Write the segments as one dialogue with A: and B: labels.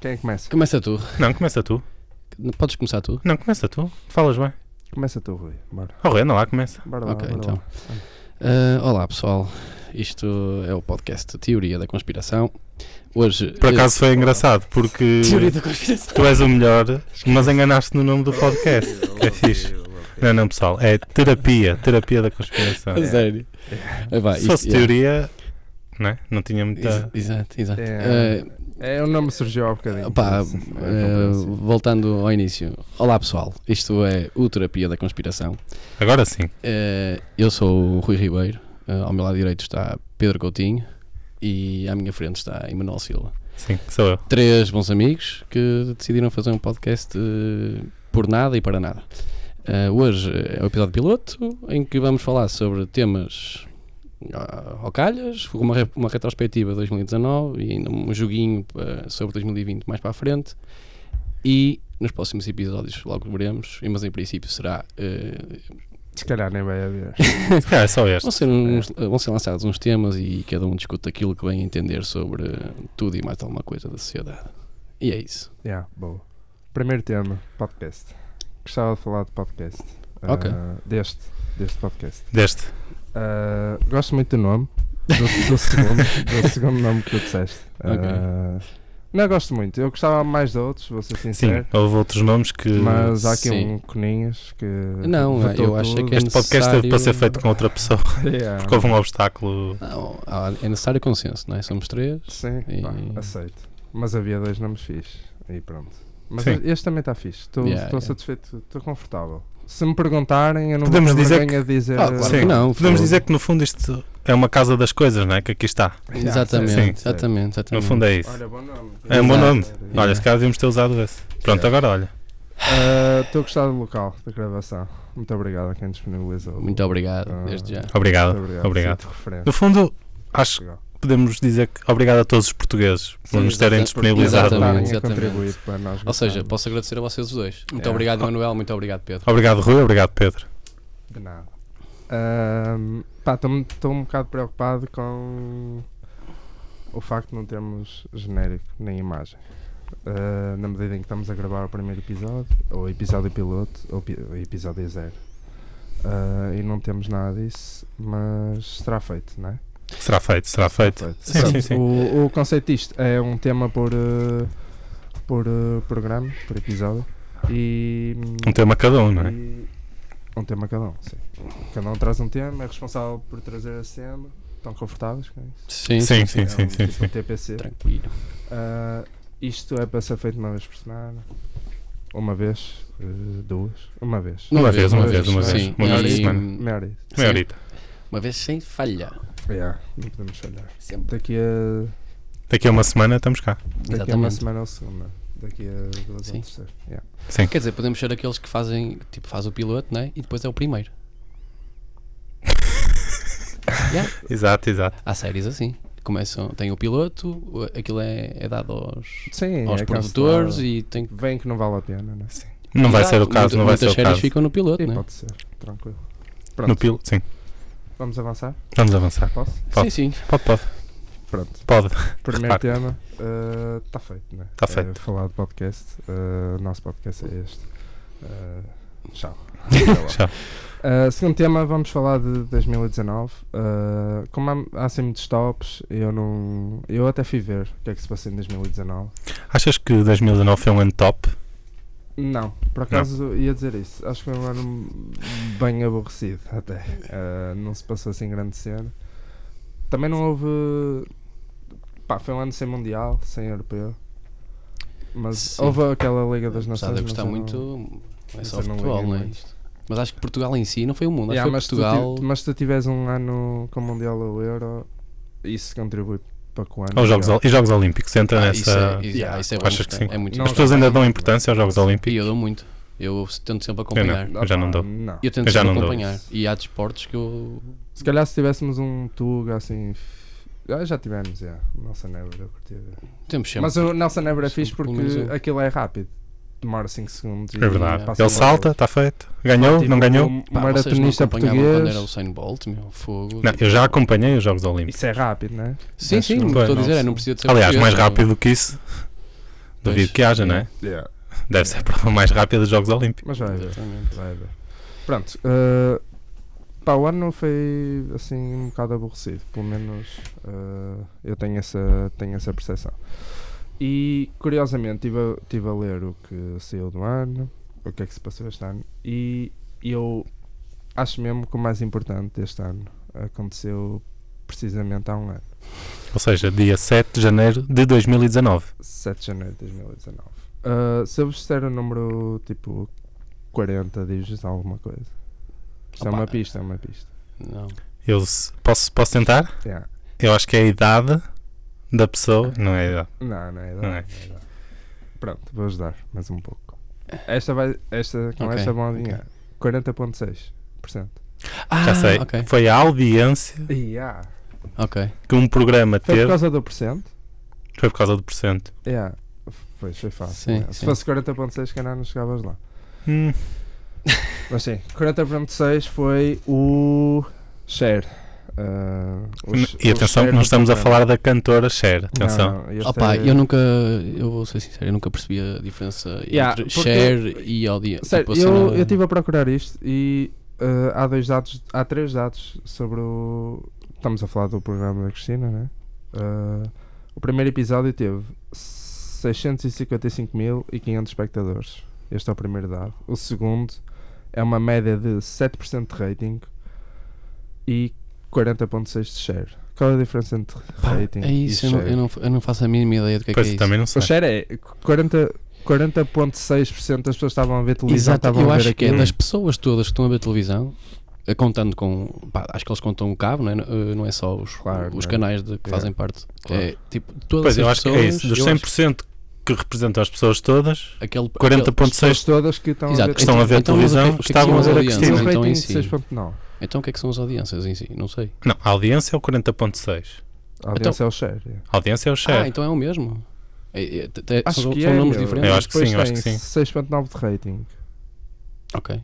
A: Quem é que começa?
B: Começa tu.
C: Não, começa tu.
B: Podes começar tu?
C: Não, começa tu. Falas bem.
A: Começa tu, Rui. Bora,
C: Oh, Rui, anda lá, começa.
A: bora lá.
B: Ok,
A: bora
B: então.
A: lá.
B: Ah, olá pessoal, isto é o podcast Teoria da Conspiração. Hoje.
C: Por
B: eh,
C: acaso foi engraçado, porque
B: Teoria da Conspiração.
C: tu é- és o melhor, mas enganaste no nome do podcast. Que é fixe. Não, não, pessoal, é terapia, terapia da conspiração.
B: A sério. Ah, vá,
C: É. Se
B: isto-
C: fosse
B: yeah.
C: teoria, não é? Não tinha muita...
B: Ex- Exato, exato.
A: É.
B: Ah,
A: É, o nome surgiu há bocadinho.
B: Pá,
A: Sim, é
B: eh,
A: compreensível.
B: voltando ao início. Olá pessoal, isto é o Terapia da Conspiração.
C: Agora sim.
B: Eh, eu sou o Rui Ribeiro, eh, ao meu lado direito está Pedro Coutinho e à minha frente está Emanuel Silva.
C: Sim, sou eu.
B: Três bons amigos que decidiram fazer um podcast eh, por nada e para nada. Eh, hoje é o episódio piloto em que vamos falar sobre temas ah, ao calhas, uma, re- uma retrospectiva de 2019 e ainda um joguinho eh, sobre 2020 mais para a frente. E nos próximos episódios logo veremos, mas em princípio será eh,
A: Se calhar nem vai haver.
C: Se calhar é só este.
B: Vão ser, uns- eh, vão ser lançados uns temas e cada um discute aquilo que bem entender sobre tudo e mais alguma coisa da sociedade. E é isso.
A: yeah, boa. Primeiro tema, podcast. Gostava de falar de podcast. Ah,
B: Ok.
A: deste, deste podcast.
C: Deste.
A: Ah, gosto muito do nome. Do, do segundo, do segundo nome que tu disseste. Ah,
B: Ok.
A: não gosto muito. Eu gostava mais de outros, vou ser
C: Sim,
A: sincero.
C: houve outros nomes que...
A: Mas há aqui
B: Eh, Sim.
A: um Coninhas que.
B: Não, é,
A: vetou
B: eu acho
A: tudo.
B: que
C: É. Este podcast teve para ser
B: necessário-
C: feito com outra pessoa,
A: Yeah.
C: porque houve um obstáculo...
B: Não, há- é necessário consenso, não é? Somos três.
A: Sim,
B: E-
A: pá, aceito. Mas havia dois nomes fixe. E pronto. Mas
C: Sim.
A: este também está fixe. Estou
B: Yeah,
A: estou
B: yeah.
A: satisfeito, estou confortável. Se me perguntarem, eu não
C: Podemos
A: vou ter
C: dizer
A: vergonha de dizer.
B: Ah, claro
C: Sim.
B: que não.
C: Podemos
B: foi-
C: dizer que no fundo isto é uma casa das coisas, não é? Que aqui está.
A: Yeah,
B: Exatamente,
A: sim, sim.
B: exatamente, exatamente.
C: No fundo é isso.
A: Olha, bom nome.
C: É um bom nome.
B: Yeah.
C: Olha, se calhar devíamos ter usado esse. Pronto, agora olha.
A: Ah, Estou a gostar do local da gravação. Muito obrigado a quem disponibilizou.
B: Muito obrigado,
A: Ah.
B: desde já.
C: Obrigado. obrigado.
A: Sinto referência.
C: No fundo, acho
A: Obrigado.
C: que podemos dizer que obrigado a todos os portugueses por
B: Sim,
C: nos terem
B: exatamente.
C: disponibilizado.
B: Exatamente.
A: Estarem a contribuir para nós
B: Ou seja,
A: gostarmos.
B: posso agradecer a vocês os dois. Muito
A: Yeah.
B: obrigado, Manuel. Muito obrigado, Pedro.
C: Obrigado, Rui. Obrigado, Pedro.
A: De nada. Ahm, pá, estou um bocado preocupado com o facto de não termos genérico nem imagem. Ah, na medida em que estamos a gravar o primeiro episódio, ou episódio piloto, ou pi- ou episódio zero. Ah, e não temos nada disso, mas será feito, não é?
C: Será feito, será feito. Sim,
A: Pronto,
C: sim, sim.
A: O, o conceito disto é um tema por, eh, por eh, programa, por episódio. E hum,
C: Um tema cada um, não é?
A: e um tema cada um, sim. Cada um traz um tema, é responsável por trazer esse tema. Estão confortáveis com isso?
B: Sim,
C: Sim,
B: sim,
C: sim,
A: é um
C: sim, sim.
A: tipo
C: sim.
A: de TPC.
B: Tranquilo.
A: Ah, isto é para ser feito uma vez por semana. Uma vez, eh, duas, uma vez.
C: Uma vez, uma vez, uma
A: vez.
B: Sim,
C: Uma vez por
B: e-
C: semana.
A: Meia horita.
B: sim.
C: Meia horita.
B: Uma vez sem falha.
A: Yeah, não podemos falhar.
B: Sempre.
A: Daqui a,
C: Daqui a uma semana estamos cá.
A: daqui a uma
B: Exatamente.
A: semana ou segunda. Daqui a duas
B: Sim.
A: ou terceira. Yeah.
C: Sim.
B: Quer dizer, podemos ser aqueles que fazem, tipo, faz o piloto, né? E depois é o primeiro. Yeah.
C: Exato, exato.
B: Há séries assim. Começam, tem o piloto, o- aquilo é, é dado aos,
A: Sim,
B: aos
A: é
B: produtores
A: cancelado.
B: e tem que.
A: Vem que não vale a pena, né?
C: Não vai ser o
B: Exato,
C: caso,
B: muita-
C: não vai ser
B: muitas
C: o
B: séries
C: caso.
B: ficam no piloto,
A: Sim,
B: né?
A: Pode ser, tranquilo.
C: No
A: Pronto,
C: pilo, sim.
A: vamos avançar?
C: Vamos avançar.
A: Posso?
C: pode.
B: Sim, sim.
C: Pode, pode.
A: Pronto.
C: Pode.
A: Primeiro
C: Repare.
A: tema, está feito, né?
C: Tá
A: É
C: feito.
A: falar de podcast, eh, o nosso podcast é este. Eh, tchau.
C: Tchau.
A: Eh, segundo tema, vamos falar de 2019. Eh, como há, há sempre muitos tops, eu não. Eu até fui ver o que é que se passou em 2019.
C: Achas que 2019 foi um ano top?
A: Não, por acaso ia dizer isso. Acho que foi um ano bem aborrecido até. Ah, não se passou assim grande cena. Também não houve. Pá, foi um ano sem Mundial, sem Europeu. Mas
B: Sim.
A: houve aquela Liga das
B: Apesar
A: Nações.
B: de eu
A: mas
B: gostar
A: eu não-
B: muito. Não é
A: mas
B: só
A: eu não
B: futebol,
A: liguei
B: não é?
A: muito.
B: isto? Mas acho que Portugal em si não foi o mundo, acho
A: Yeah,
B: que foi
A: mas,
B: Portugal.
A: tu, ti- mas se tu tiveres um ano com Mundial ou Euro, isso contribui para que o ano.
C: Ou os Jogos,
A: melhore.
C: Ol- e Jogos Olímpicos? Entra
B: Ah, isso
C: Então nessa.
B: é, isso,
A: Yeah.
B: ah, isso é bom,
C: Achas que
B: cara.
C: sim?
B: É muito
A: Não,
C: As
B: bom.
C: pessoas ainda dão importância aos Jogos Olímpicos?
B: E eu dou muito. Eu tento sempre
C: Eu
B: acompanhar.
C: não, eu já não dou.
A: Não.
B: Eu tento
C: Eu já
B: sempre
C: não dou.
B: acompanhar. E há desportos que eu.
A: Se calhar se tivéssemos um Tuga assim. f- Ah, já tivemos, já. Nossa, never, eu curti ver.
B: Temos sempre.
A: Mas o Nelson Nebra é
B: Sempre
A: fixe porque
B: pelo menos um.
A: aquilo é rápido. Demora 5 segundos. e
C: É verdade.
A: passa
C: Ele
A: logo.
C: salta, está feito. Ganhou,
A: Tipo,
C: não ganhou?
A: Um
B: Pá, vocês não
A: maratonista
B: acompanhavam quando era o
A: português.
B: Usain Bolt, meu, fogo.
C: Não, eu já acompanhei os Jogos Olímpicos.
A: Isso é rápido, né?
B: Sim,
A: Acho
B: sim,
A: que
B: o que
C: foi.
B: estou a dizer, é, não
A: Não,
B: precisa de ser
C: Aliás,
B: português,
C: mais
B: não é?
C: rápido do que isso. Duvido que haja, não é?
A: Yeah,
C: Deve ser a prova mais rápida dos Jogos Olímpicos.
A: Mas vai haver.
B: Exatamente.
A: Vai haver. Pronto. eh, pá, o ano foi assim um bocado aborrecido. Pelo menos eh, eu tenho essa, tenho essa percepção. E curiosamente estive a, tive a ler o que saiu do ano, o que é que se passou este ano, e eu acho mesmo que o mais importante deste ano aconteceu precisamente há um ano.
C: Ou seja, dia 7 de janeiro de 2019.
A: 7 de janeiro de 2019. Ah, se eu vos disser o número tipo 40, diz-vos alguma coisa. Isto é
B: Opa.
A: uma pista, é uma pista.
B: Não.
C: Eu se- posso, posso tentar?
A: Yeah.
C: Eu acho que é a idade da pessoa. Não é a idade.
A: Não, não é idade,
C: Não é.
A: não é idade. Pronto, vou ajudar mais um pouco. Esta vai, esta, com
B: Ok,
A: esta vão adivinhar. 40,6%.
C: Já sei.
B: Ah, Ok,
C: Foi a audiência
A: Yeah.
B: ok.
C: que um programa
A: Foi por
C: teve.
A: causa do porcento?
C: Foi por causa do porcento.
A: Yeah. Pois, foi fácil.
B: Sim,
A: yeah.
B: sim.
A: Se fosse 40,6, calhar não chegavas lá.
C: Hum,
A: Mas sim, 40,6 foi o share. Ah, o sh-
C: e
A: o
C: atenção,
A: share
C: não
A: do
C: estamos a
A: programa.
C: falar da cantora Cher.
A: Não,
C: Atenção.
A: não, este
B: Opa,
A: é-
B: eu nunca, eu vou ser sincero, eu nunca percebi a diferença
A: Yeah,
B: entre
A: porque-
B: share e audiência.
A: Sério,
B: Tipo, a
A: eu
B: cena-
A: estive a procurar isto e eh, há dois dados, há três dados sobre o. Estamos a falar do programa da Cristina, né? Eh, o primeiro episódio teve 655.500 espectadores. Este é o primeiro dado. O segundo é uma média de 7% de rating e 40,6% de share. Qual é a diferença entre
B: Pá,
A: rating
B: é
A: e
B: isso, eu
A: share?
B: não, eu, não, eu não faço a mínima ideia do que é
C: Pois
B: que é
C: também não
A: O
C: sei.
A: share é 40 40,6% das pessoas estavam a ver
B: isso.
A: televisão,
B: Exato,
A: estavam
B: eu
A: a ver
B: acho que é
A: aquilo.
B: das pessoas todas que estão a ver televisão, eh, contando com, pá, acho que eles contam o cabo, não é, Eh, não é só os,
A: Claro,
B: os
A: não é?
B: canais de, que
A: Yeah.
B: fazem parte.
A: Claro.
B: É tipo, todas as
C: Pois, eu acho que
B: pessoas,
C: é isso. Dos
B: eu
C: 100% que representam as pessoas todas,
B: acho, aquele, aquele-
C: 40,6%
A: pessoas todas que estão
B: Exato,
A: a ver.
C: que estão a ver
B: Então, mas o que-
C: televisão
B: o que é que
C: estavam a
B: são
C: ver a
B: as
A: Tem um
B: audiências?
C: Cristina.
B: então,
A: rating
B: em
A: de
B: si.
A: 6.9.
B: Então o que é que são as audiências em si? Não sei.
C: Não, a audiência é o 40.6.
A: A audiência é o share. é.
C: A audiência é o
B: Ah,
C: Cher.
B: então é o mesmo. É- é- te-
A: Acho
B: são
A: que
B: são
A: é.
B: nomes
A: meu.
B: diferentes.
C: Eu acho que
A: Depois
C: sim, eu acho que
A: tem
C: sim.
A: 6.9 de rating.
B: Ok.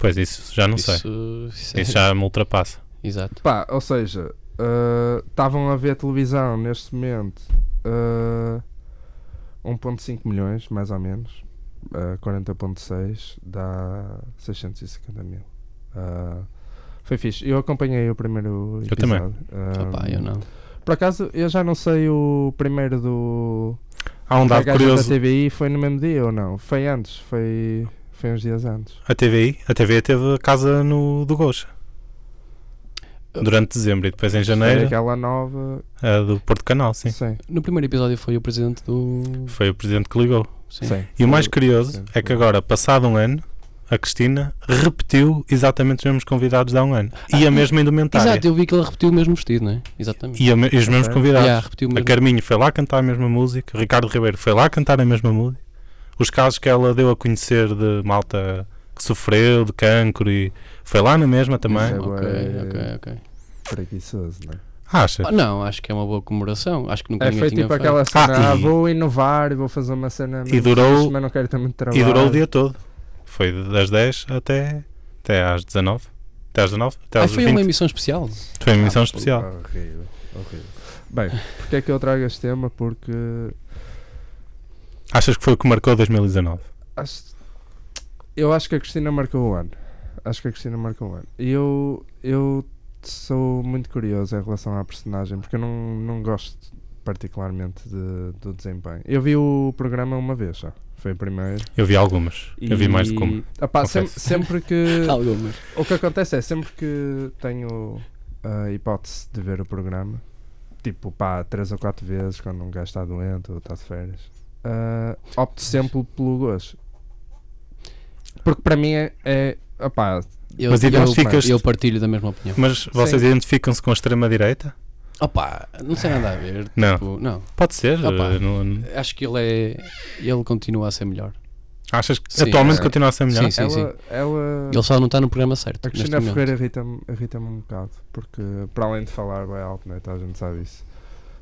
C: Pois isso já não sei.
B: Isso, isso é-
C: Isso já me ultrapassa.
B: Exato.
A: Pá, ou seja, ah, estavam a ver televisão neste momento ah, 1.5 milhões, mais ou menos. Ah, 40.6 dá 650 mil. Ah, foi fixe. Eu acompanhei o primeiro episódio.
C: também.
A: Ah,
B: Opa, eu não.
A: Por acaso, eu já não sei o primeiro do,
C: Há um
A: A
C: dado
A: gaja
C: curioso.
A: da TVI foi no mesmo dia ou não? Foi antes, foi, foi uns dias antes.
C: A TVI, a TVI teve a casa no, do Gosha. Durante dezembro e depois em
A: Foi
C: janeiro
A: aquela nova.
C: a do Porto Canal, sim.
A: Sim,
B: No primeiro episódio foi o presidente do.
C: Foi o presidente que ligou.
B: Sim.
A: sim.
C: E o mais
A: Foi-
C: curioso
A: sim,
C: é
A: foi.
C: que agora, passado um ano, a Cristina repetiu exatamente os mesmos convidados de há um ano. E
B: Ah,
C: a mesma indumentária.
B: Exato, eu vi que ele repetiu o mesmo vestido, não é? Exatamente.
C: E, a me- e os mesmos
A: Ok.
C: convidados.
B: Yeah, repetiu o
C: A
B: mesmo.
C: Carminho foi lá cantar a mesma música, o Ricardo Ribeiro foi lá cantar a mesma música. Os casos que ela deu a conhecer de malta que sofreu de cancro e foi lá na mesma também.
A: Isso é bom.
B: Ok,
A: Agora-
B: ok, ok.
A: Preguiçoso, não é?
C: Acha?
B: Ah, não, acho que é uma boa comemoração. Acho que nunca
A: É,
B: ninguém
A: foi
B: tinha
A: tipo
B: feito.
A: aquela cena,
C: Ah,
A: ah,
C: e-
A: vou inovar e vou fazer uma cena.
C: E
A: mesmo
C: durou,
A: fixe, Mas não quero ter muito trabalho.
C: e durou o dia todo. Foi das 10 até, até às 19. Até às 19? Até
B: Ah,
C: às
B: foi
C: 20.
B: uma emissão especial.
C: Foi uma emissão
B: Ah,
C: especial.
A: Horrível, horrível. Bem, porque é que eu trago este tema? Porque
C: Achas que foi o que marcou 2019?
A: acho- eu acho que a Cristina marcou o ano. Acho que a Cristina marcou o ano. E eu, eu sou muito curioso em relação à personagem, porque eu não, não gosto particularmente de- do desempenho. Eu vi o programa uma vez só. Foi o primeiro.
C: Eu vi algumas. Eu vi mais de como.
A: Epá, sem-
C: Confesso.
A: sempre que.
B: Algumas.
A: Tá, O que acontece é sempre que tenho a hipótese de ver o programa, tipo pá, três ou quatro vezes quando um gajo está doente ou está de férias, ah, opto sempre pelo gosto. Porque para mim é. é opá,
B: Eu,
C: Mas
B: eu,
C: identificas-te-
B: eu partilho da mesma opinião.
C: Mas vocês identificam-se com a extrema-direita?
B: Opa, não tem nada a ver.
C: Não.
B: Tipo, não.
C: Pode ser.
B: Opa.
C: eh, não- não-
B: Acho que ele é. Ele continua a ser melhor.
C: Achas que
B: Sim,
C: atualmente
A: é.
C: continua a ser melhor?
B: Sim, sim,
A: ela,
B: sim.
A: ela-
B: Ele só não está no programa certo.
A: A Cristina
B: neste momento.
A: Ferreira irrita-me irrita um bocado, porque para além de falar bem alto, né, tá, a gente sabe isso.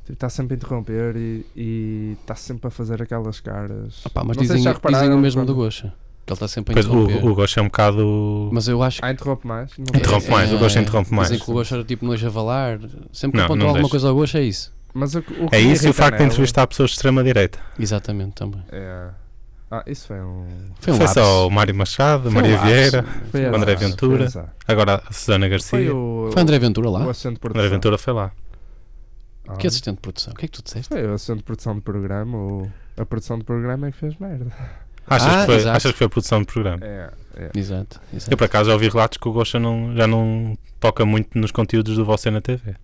A: Tipo, Está sempre a interromper e- e está sempre a fazer aquelas caras.
B: Opa, mas
A: Não sei se
B: dizem,
A: já
B: dizem o
A: repararam
B: mesmo do
A: quando-
B: Gosha. Que ele está sempre a
C: Pois
B: interromper.
C: o, o Gosha é um bocado.
B: Mas eu acho que. É,
A: Ah, interrompe mais? Não
C: Interrompe
A: sei.
C: mais, o é Gosha interrompe mais.
B: Dizem que o Gosha tipo não deixa falar. Sempre que
C: Não,
B: apontam
C: não
B: alguma
C: deixa.
B: coisa ao Gosha é isso.
A: Mas o, que- o que
C: É
A: me
C: isso e o
A: irrita
C: facto de
A: nela
C: entrevistar pessoas de extrema-direita.
B: Exatamente, também.
A: é- Ah, isso foi um.
B: Foi um
C: Foi
B: lapso.
C: só o Mário Machado,
B: Foi
C: a
B: um
C: Maria
B: lapso.
C: Vieira,
A: Foi
C: O André
A: azar, foi
C: Ventura.
A: azar.
C: agora a Susana
A: Foi
C: Garcia.
A: o.
B: Foi André Ventura lá?
A: O assento de produção.
C: André Ventura foi lá.
A: Ah.
B: Que assistente de produção? O que é que tu disseste?
A: Foi o assento de produção de programa. Ou a produção de programa é que fez merda.
C: Achas,
B: Ah,
C: que, foi,
B: exato.
C: achas que foi a produção do programa?
A: É, é.
B: Exato, exato.
C: Eu por acaso já ouvi relatos que o Gosha não, já não toca muito nos conteúdos do Você na TV.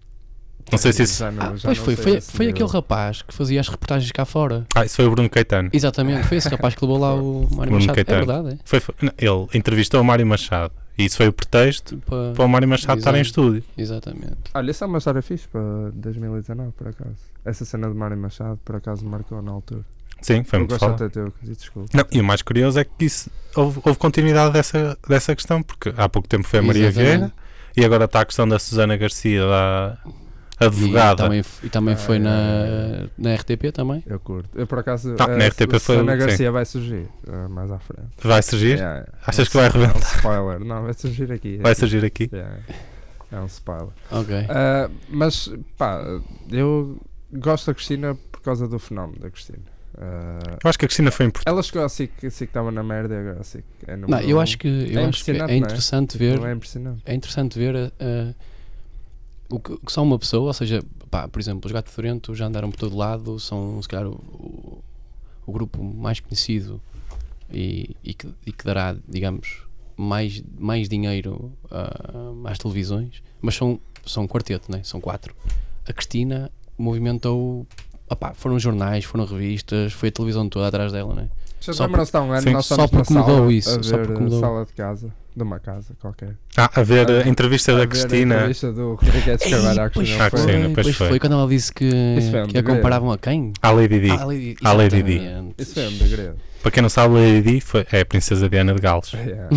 C: Não sei se isso.
A: Já não-
B: Ah,
A: já
B: pois
A: não
B: foi,
A: sei
B: foi,
A: desse
B: foi
A: nível.
B: aquele rapaz que fazia as reportagens cá fora.
C: Ah, isso foi o Bruno Caetano.
B: Exatamente, foi esse rapaz que levou lá o Mário
C: Bruno
B: Machado. É
C: Caetano.
B: verdade, é?
C: Foi, foi- não, ele entrevistou o Mário Machado. E isso foi o pretexto
B: Pa-
C: para o Mário Machado estar em
B: Exato.
C: estúdio.
B: Tipo, Exatamente.
A: Olha, isso é uma história fixe para 2019, por acaso. Essa cena de Mário Machado, por acaso, marcou na altura.
C: Sim, foi
A: eu
C: muito
A: gosto
C: falado.
A: até de ter coisa, desculpa.
C: Não, e o mais curioso é que isso, houve, houve continuidade dessa, dessa questão, porque há pouco tempo foi a Maria
B: Exatamente.
C: Vieira e agora está a questão da Susana Garcia, da
B: E
C: advogada.
B: também, f- e também
A: Ah,
B: foi
A: é,
B: na, na RTP também.
A: Eu curto. Eu, por acaso, eh,
C: Tá,
A: a
C: na RTP foi-
A: Susana
C: sim.
A: Garcia vai surgir ah, mais à frente.
C: Vai surgir?
A: É, é.
C: Achas que vai
A: É um
C: arrebentar?
A: spoiler. Não, vai surgir aqui.
C: Vai surgir aqui?
A: É, é um spoiler.
B: Ok.
A: Ah, mas, pá, eu gosto da Cristina por causa do fenómeno da Cristina. Ah,
C: Eu acho que a Cristina foi importante.
A: ela chegou a SIC, a SIC estava na merda e agora a SIC é número
B: Não, eu
A: um.
B: acho que, eu
A: É
B: acho que
A: impressionante,
B: é
A: não é?
B: interessante ver.
A: Não é impressionante.
B: É interessante ver eh, eh, o, que, o que só uma pessoa, ou seja, pá, por exemplo, os Gato Fedorento já andaram por todo lado, são se calhar o, o- o grupo mais conhecido e, e que, e que dará, digamos, mais, mais dinheiro ah, às televisões, mas são, são um quarteto, né? são quatro. A Cristina movimentou. opá, foram jornais, foram revistas, foi a televisão toda atrás dela, né?
A: Já
B: Só
A: lembram-se de há um ano
C: sim,
A: nós
B: só
A: estamos na
B: porque mudou
A: sala
B: isso,
A: a
B: só
A: ver
B: porque
A: a
B: mudou.
A: sala de casa, de uma casa qualquer.
C: Ah, a ver
A: Ah,
C: a entrevista da
A: A ver A
C: Cristina.
A: entrevista do Rodrigo Guedes Carvalho à Cristina
C: Ah,
A: Ferreira.
C: Cristina, pois
B: pois
C: foi.
B: foi quando ela disse que,
A: Isso foi um
B: que a
A: dever.
B: comparavam a quem?
C: A Lady Di.
B: Ah, Lady Di.
C: À Lady Di.
B: Exatamente.
A: Isso foi um degredo.
C: Para quem não sabe, Lady Di foi- é a princesa Diana de Gales.
A: Yeah.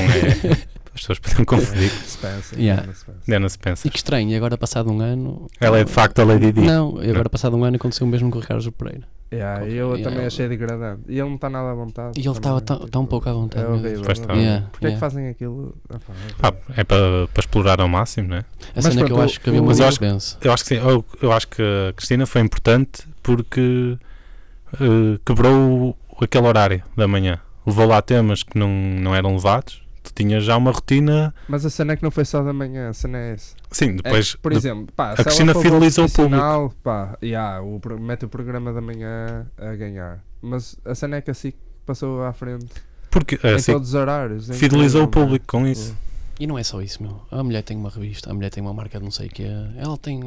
C: é. As pessoas podem confundir.
A: Spencer.
B: Yeah.
A: Diana Spencer.
C: Diana
B: E
C: Spencer.
B: que estranho, e agora passado um ano.
C: Ela é de facto a Lady Di.
B: Não, e agora passado um ano aconteceu o mesmo com o Ricardo Pereira.
A: Yeah, e eu
B: Yeah.
A: também achei degradante. E ele não está nada à vontade.
B: E ele estava
A: também, né?
B: tão- tão pouco à vontade,
A: É
B: meu
A: horrível.
C: Pois
A: não é?
C: está.
B: Yeah,
A: Porquê é que
B: yeah.
A: fazem aquilo? Ah, pá, é
C: Ah,
A: horrível.
C: é para, para explorar ao máximo, não é?
B: A
A: Mas
B: cena que
A: pronto,
B: eu acho que havia
A: o-
B: uma
A: mas
C: eu acho
B: diferença.
C: Eu acho que sim. Eu, eu acho que a Cristina foi importante porque eh, quebrou o- aquele horário da manhã. Levou lá temas que não, não eram levados. Tu tinhas já uma rotina.
A: Mas a cena é que não foi só da manhã, a cena é essa.
C: Sim,
A: É
C: depois.
A: que, por
C: de-
A: exemplo, pá,
C: a Cristina fidelizou o público.
A: Pá, yeah, o, pro- mete o programa da manhã a ganhar. Mas a cena é que a SIC passou à frente
C: porque eh,
A: em
C: sim,
A: todos os horários. em
C: fidelizou o
A: tudo, não é?
C: público com isso.
B: E não é só isso, meu. A mulher tem uma revista, a mulher tem uma marca de não sei o quê. Ela tem.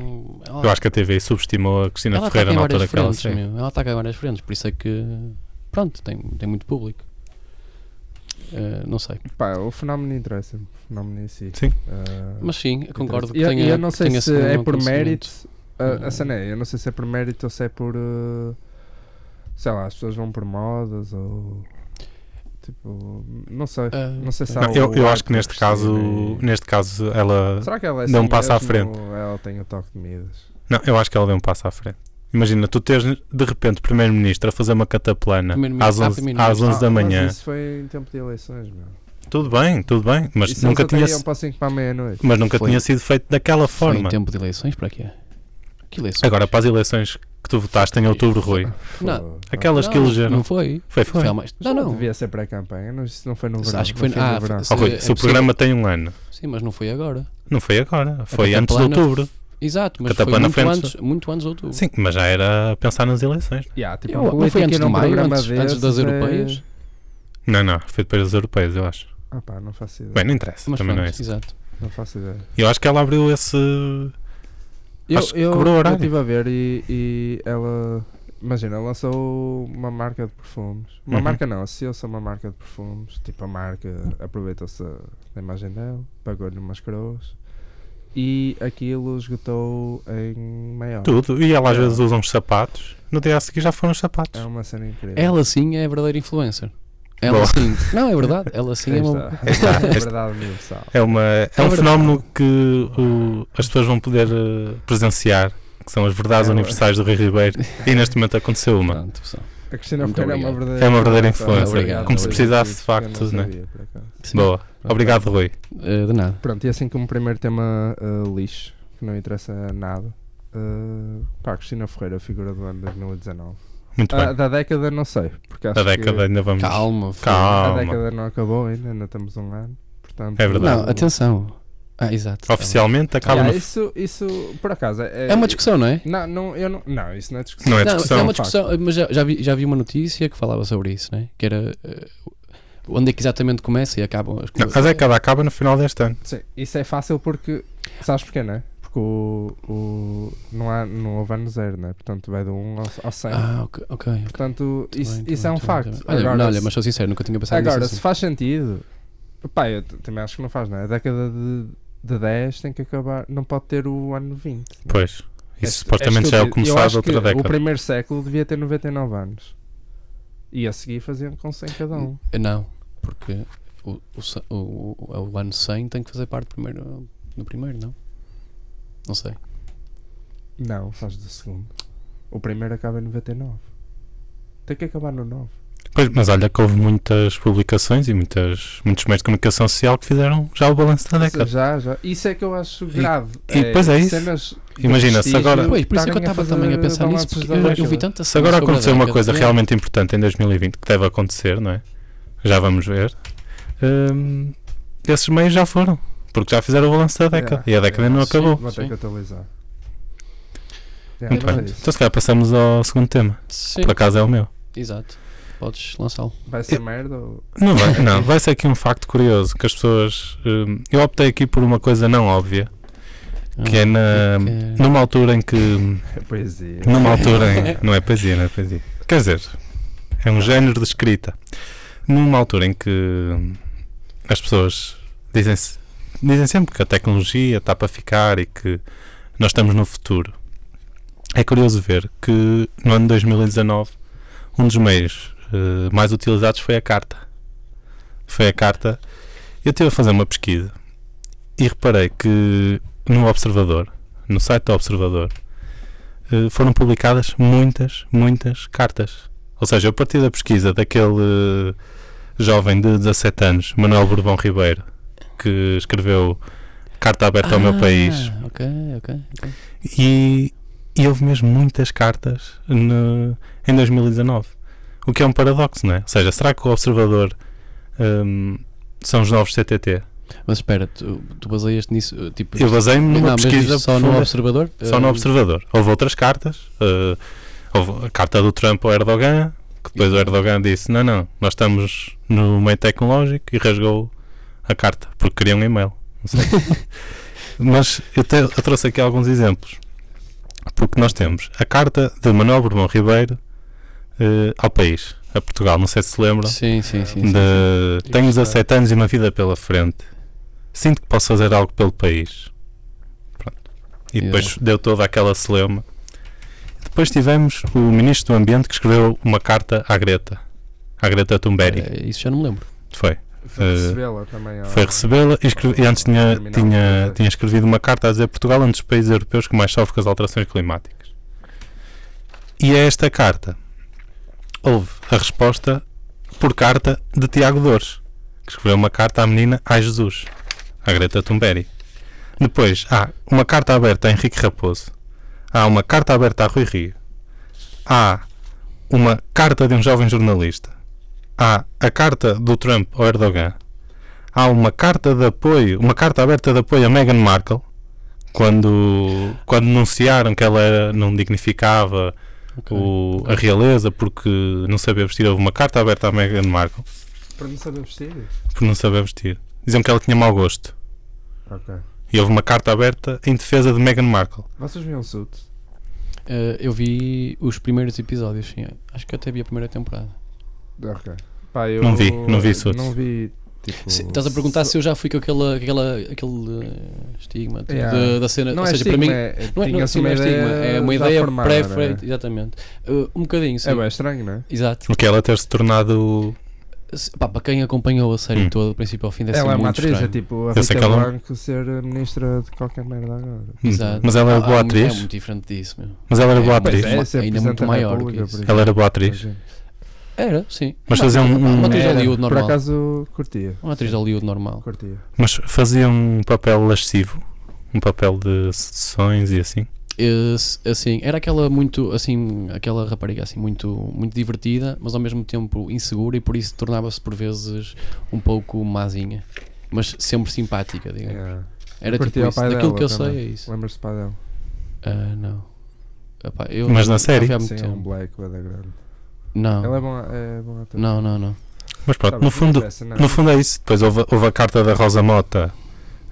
B: Ela,
C: Eu acho que a TV subestimou a Cristina
B: ela
C: Ferreira
B: ataca em
C: na altura
B: várias
C: que ela
B: frentes,
C: saiu.
B: meu. Ela ataca em várias frentes, por isso é que. Pronto, tem, tem muito público. Eh, não sei.
A: Pá, o fenómeno interessa-me. O fenómeno em si.
C: Sim.
A: Ah,
B: Mas sim, eu concordo que
A: eu,
B: tenha.
A: eu não
B: que
A: sei
B: tenha
A: se
B: sido um
A: é por
B: acontecimento.
A: mérito. A,
B: Ah.
A: a cena é, eu não sei se é por mérito ou se é por. eh, sei lá, as pessoas vão por modas ou. Tipo, não sei.
B: Ah,
A: não sei se
B: ok.
A: há
C: Não, eu, eu
A: o
C: acho
A: arte
C: que
A: da
C: neste caso,
A: Cristina e-
C: neste caso ela,
A: Será que ela é
C: dá um
A: assim
C: passo à
A: mesmo
C: frente.
A: ou Ela tem o toque de Midas.
C: não, eu acho que ela deu um passo à frente. Imagina, tu tens de repente o primeiro-ministro a fazer uma cataplana
B: Primeiro-ministro,
C: às
B: ah,
C: 11,
B: primeiro-ministro.
C: às 11 da
A: Ah, mas
C: manhã.
A: isso foi em tempo de eleições, meu.
C: Tudo bem, tudo bem, mas
A: Isso um
C: nunca
A: eles
C: tinha
A: até iam para 5 para a meia-noite.
C: mas nunca
B: Foi-
C: tinha sido feito daquela
B: Foi então. em
C: forma.
B: tempo de eleições, para quê? Que eleições?
C: Agora para as eleições que tu votaste em outubro, Rui,
B: Não,
A: Fogo.
C: aquelas que elegeram.
B: Não foi.
C: Foi, foi.
B: Foi há mais- Não,
A: Já
B: não.
A: Devia ser pré-campanha, não- isso não foi no
B: Acho
A: verão.
B: que foi-
A: não
B: ah,
A: no verão.
B: foi-
C: Oh,
B: é
C: Rui, se o
B: possível.
C: programa tem um ano,
B: Sim, mas não foi agora.
C: não foi agora, foi
B: A
C: antes de
B: Cataplana
C: outubro.
B: f- Exato, mas foi
C: Cataplana
B: muito
C: foi antes-
B: antes, muito antes de outubro.
C: Sim, mas já era a pensar nas eleições.
A: Yeah, tipo,
B: Eu-
A: um
B: não foi
A: político
B: antes
A: ir
B: de
A: a um
B: maio,
A: programa
B: antes, antes das
A: desses é-
B: europeias.
C: Não, não, foi depois das europeias, eu acho.
A: Ah pá, não faço ideia.
C: Bem, não interessa,
B: Mas
C: também
B: pronto,
C: não é isso.
B: exato.
A: não faço ideia.
C: Eu acho que ela abriu esse.
A: Eu,
C: Acho que
A: eu,
C: quebrou o
A: eu
C: horário.
A: estive a ver e, e ela. Imagina, lançou uma marca de perfumes. Uma
C: Uhum.
A: marca não, associou-se a uma marca de perfumes. Tipo, a marca aproveitou-se da imagem dela, pagou-lhe umas croas e aquilo esgotou em meia hora.
C: Tudo. E ela às vezes usa uns sapatos. No dia a seguir já foram os sapatos.
A: É uma cena incrível.
B: Ela sim é a verdadeira influencer. Ela
C: Boa.
B: sim. Não, é verdade. Ela sim é
A: Aí
B: uma.
A: está.
C: está, aí está.
A: verdade universal.
C: É, uma, é um
B: verdade.
C: fenómeno que o- as pessoas vão poder eh, presenciar, que são as verdades
A: É uma-
C: universais do Rui Ribeiro. E neste momento aconteceu uma.
B: Pronto, pessoal.
A: A Cristina
B: Muito
A: Ferreira é uma
B: obrigado.
A: verdadeira
C: É uma verdadeira
B: influencer.
A: Obrigado,
B: Como se
A: obrigado.
C: precisasse, de
A: Isso é que eu não
C: facto, né?
A: sabia, por acaso.
B: Sim.
C: Boa. Obrigado, Rui.
B: Eh, de
A: é
B: nada.
A: eh, Pronto, e assim como primeiro tema ah, lixo, que não interessa a nada, Uh, pá, Cristina Ferreira, figura do ano 2019.
C: Muito
A: Ah,
C: bem.
A: da década, não sei. Porque acho
C: Da década
A: que
C: ainda vamos.
B: Calma,
A: a
C: Calma.
A: década não acabou ainda, ainda estamos um ano. Portanto,
C: É verdade.
B: Não, atenção. Ah, exato.
C: Oficialmente acaba
A: Yeah,
C: no.
A: Ah, isso, isso, por acaso, é,
B: É uma discussão, não é?
A: Não, não, eu não, não, isso não é discussão.
C: Não é
B: Não,
C: discussão.
B: é uma discussão, mas já, já vi, já vi uma notícia que falava sobre isso, né? que era eh, onde é que exatamente começa e acabam as
C: Não, é
B: coisas.
C: a década acaba no final deste ano.
A: Sim, isso é fácil porque. Sabes porquê, não é? Porque o, o, não, há, não houve ano zero, não é? Portanto, vai do 1 ao, ao 100.
B: Ah, ok, ok. ok.
A: Portanto,
B: Tá
A: isso,
B: bem, tá
A: isso
B: bem,
A: é um
B: tá bem,
A: facto.
B: tá bem. Olha,
A: Agora,
B: não, olha,
A: se-
B: mas sou sincero, nunca tinha pensado
A: Agora,
B: nisso. assim.
A: se faz sentido, pá, eu t- também acho que não faz, não é? A década de, de 10 tem que acabar, não pode ter o ano 20. não é?
C: Pois.
A: É-
C: Isso supostamente
A: é
C: já é o
A: estúpido. Eu
C: começar
A: acho
C: de outra
A: que
C: década.
A: O primeiro século devia ter 99 anos. E a seguir faziam com 100 cada um.
B: Eh, Não, porque o, o, ce- o- é o- o ano 100 tem que fazer parte primeiro, do primeiro, não? Não sei.
A: Não, faz do segundo. O primeiro acaba em 99. Tem que acabar no 9.
C: Pois, mas olha que houve muitas publicações e muitas, muitos meios de comunicação social que fizeram já o balanço da
A: Ou seja,
C: década.
A: Já, já. Isso é que eu acho grave.
C: e pois é isso.
A: cenas
C: Imagina, se
A: prestígio
C: agora,
B: Pois, por isso é que eu
A: estarem a
B: estava também a
A: fazer
B: pensar nisso,
A: balanços
B: porque
A: da
B: eu, eu
A: década.
B: vi tanta
C: se
B: cena
C: agora
B: é sobre a
C: acontecer uma
B: década,
C: coisa
B: é.
C: realmente importante em 2020, que deve acontecer, não é? Já vamos ver. hum, esses meios já foram. Porque já fizeram o balanço da década.
A: Yeah,
C: e a década
A: yeah,
C: não
B: É, sim.
C: acabou.
A: vou ter
B: Sim.
A: que atualizar. Já,
C: Muito
A: mas
C: bem.
A: é isso.
C: Então, se calhar, passamos ao segundo tema.
B: Sim,
C: Por acaso é o meu.
B: exato. Podes lançá-lo.
A: Vai ser merda ou.
C: Não vai, não, vai ser aqui um facto curioso que as pessoas. hum, eu optei aqui por uma coisa não óbvia, que é
B: Ah,
C: na,
B: ok.
C: numa altura em que. hum,
A: É poesia.
C: Numa altura em. Não é poesia, não é poesia. Quer dizer, é um género de escrita. Numa altura em que hum, as pessoas dizem, -se, dizem sempre que a tecnologia está para ficar e que nós estamos no futuro. É curioso ver que no ano 2019 um dos meios eh, mais utilizados foi a carta. Foi a carta. Eu estive a fazer uma pesquisa e reparei que no Observador, no site do Observador, eh, foram publicadas muitas, muitas cartas. Ou seja, a partir da pesquisa daquele eh, jovem de 17 anos, Manuel Bourbon Ribeiro, que escreveu Carta Aberta ao Meu
B: Ah,
C: País,
B: Ok, ok. ok.
C: e, e houve mesmo muitas cartas no- em 2019. O que é um paradoxo, não é? Ou seja, será que o observador hum, são os novos CTT?
B: Mas espera, tu, tu baseias-te nisso? eh, Tipo,
C: Eu basei-me numa
B: não, mas
C: pesquisa
B: isto só no
C: profunda-
B: observador?
C: só no
B: Eh,
C: observador. Houve outras cartas. eh, houve a carta do Trump ao Erdogan, que depois o Erdogan disse: não, não, nós estamos no meio tecnológico e rasgou a carta, porque queria um e-mail. Não sei. Mas eu, te- eu trouxe aqui alguns exemplos. Porque nós temos a carta de Manuel Bourbon Ribeiro eh, ao país, a Portugal. Não sei se se lembram.
B: Sim, sim, sim. sim.
C: De,
B: sim.
C: tenho
B: Isto é-
C: 17 anos e uma vida pela frente. Sinto que posso fazer algo pelo país. Pronto. E depois
B: Exato.
C: deu toda aquela celeuma. Depois tivemos o Ministro do Ambiente que escreveu uma carta à Greta. À Greta Thunberg.
B: Eh, isso já não me lembro.
C: Foi.
A: Foi
C: Eh,
A: recebê-la também.
C: Foi recebê-la e, escreve- e antes tinha,
A: Terminal,
C: tinha,
A: talvez.
C: tinha escrevido uma carta a dizer Portugal é um dos países europeus que mais sofre com as alterações climáticas. E a esta carta houve a resposta por carta de Tiago Dores, que escreveu uma carta à menina Ai Jesus, à Greta Thunberg. Depois há uma carta aberta a Henrique Raposo, há uma carta aberta a Rui Rio, há uma carta de um jovem jornalista, há a carta do Trump ao Erdogan, há uma carta de apoio, uma carta aberta de apoio a Meghan Markle quando, quando anunciaram que ela era- não dignificava o- a realeza porque não sabia vestir. Houve uma carta aberta a Meghan Markle
A: Para não saber vestir.
C: por não saber vestir. Diziam que ela tinha mau gosto.
A: Ok.
C: E houve uma carta aberta em defesa de Meghan Markle.
A: Vocês viam suits?
B: Eh, eu vi os primeiros episódios, sim. Acho que eu até vi a primeira temporada.
A: Ok. Pá, eu
C: Não vi, não vi suits.
A: Não vi. Tipo,
B: Se- estás a perguntar se eu já fui com aquela, aquela, aquele eh, estigma tipo,
A: Yeah.
B: de- da cena.
A: Não
B: ou
A: é
B: seja,
A: estigma,
B: para mim.
A: é,
B: Não é, não,
A: tinha-se
B: sim, não é estigma, é uma
A: já
B: ideia
A: formada,
B: pré-feita,
A: não
B: exatamente. Eh, um bocadinho, sim.
A: É É bem estranho, não é?
B: Exato.
C: Porque ela ter se tornado.
B: Se- pá, para quem acompanhou a série
C: Hum.
B: toda, do princípio ao fim, deve ser
A: Ela é uma
B: muito
A: atriz, é
B: estranho.
A: tipo a
C: Eu sei
A: Rita
C: que ela-
A: Blanco ser a ministra de qualquer merda agora.
B: Exato.
C: Mas ela
B: Ah,
C: era boa
B: é muito- É
C: atriz.
B: muito diferente disso, meu.
C: Mas ela era
B: é
C: boa
B: muito-
C: atriz.
B: é- ainda muito maior do que isso.
C: Ela era boa atriz.
B: Era, sim.
C: Mas
B: Uma-
C: fazer um-
B: Uma atriz de
C: Era,
B: Hollywood
A: Por
B: normal.
A: acaso curtia.
B: Uma atriz de Hollywood normal.
A: Curtia.
C: Mas fazia um papel lascivo. Um papel de seduções e assim.
B: Esse, assim, era aquela muito, assim, aquela rapariga assim muito, muito divertida, mas ao mesmo tempo insegura e por isso tornava-se por vezes um pouco mazinha, mas sempre simpática,
C: É.
B: digamos.
A: Yeah.
B: Era tipo
A: Curtia o
B: isso.
A: pai
B: Daquilo
A: dela
B: que eu
A: também.
B: sei é isso.
A: É. Lembras-te do pai dela?
B: Ah, não. Epá, eu
C: Mas
B: já-
C: na
B: já
C: série?
B: vi há muito
A: Sim, é
B: tempo.
A: um black, bué da grande.
B: Não.
A: Ele é bom, é bom ator.
B: Não, não, não.
C: Mas
A: Tá
C: pronto,
A: bem,
C: no
A: não
C: fundo,
A: interessa, não.
C: no fundo é isso. Depois houve, houve a carta da Rosa Mota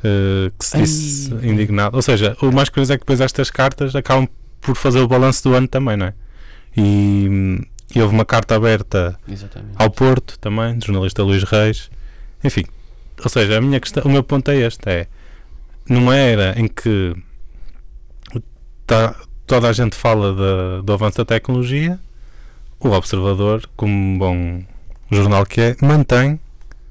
C: eh, que se
B: Ai.
C: disse indignado. Ou seja, o mais curioso é que depois estas cartas acabam por fazer o balanço do ano também, não é? E, hum, e houve uma carta aberta
B: Exatamente.
C: ao Porto também, do jornalista Luís Reis. Enfim, ou seja, a minha questão, o meu ponto é este: é numa era em que tá- toda a gente fala da- do avanço da tecnologia, o observador, como um bom jornal que é, mantém,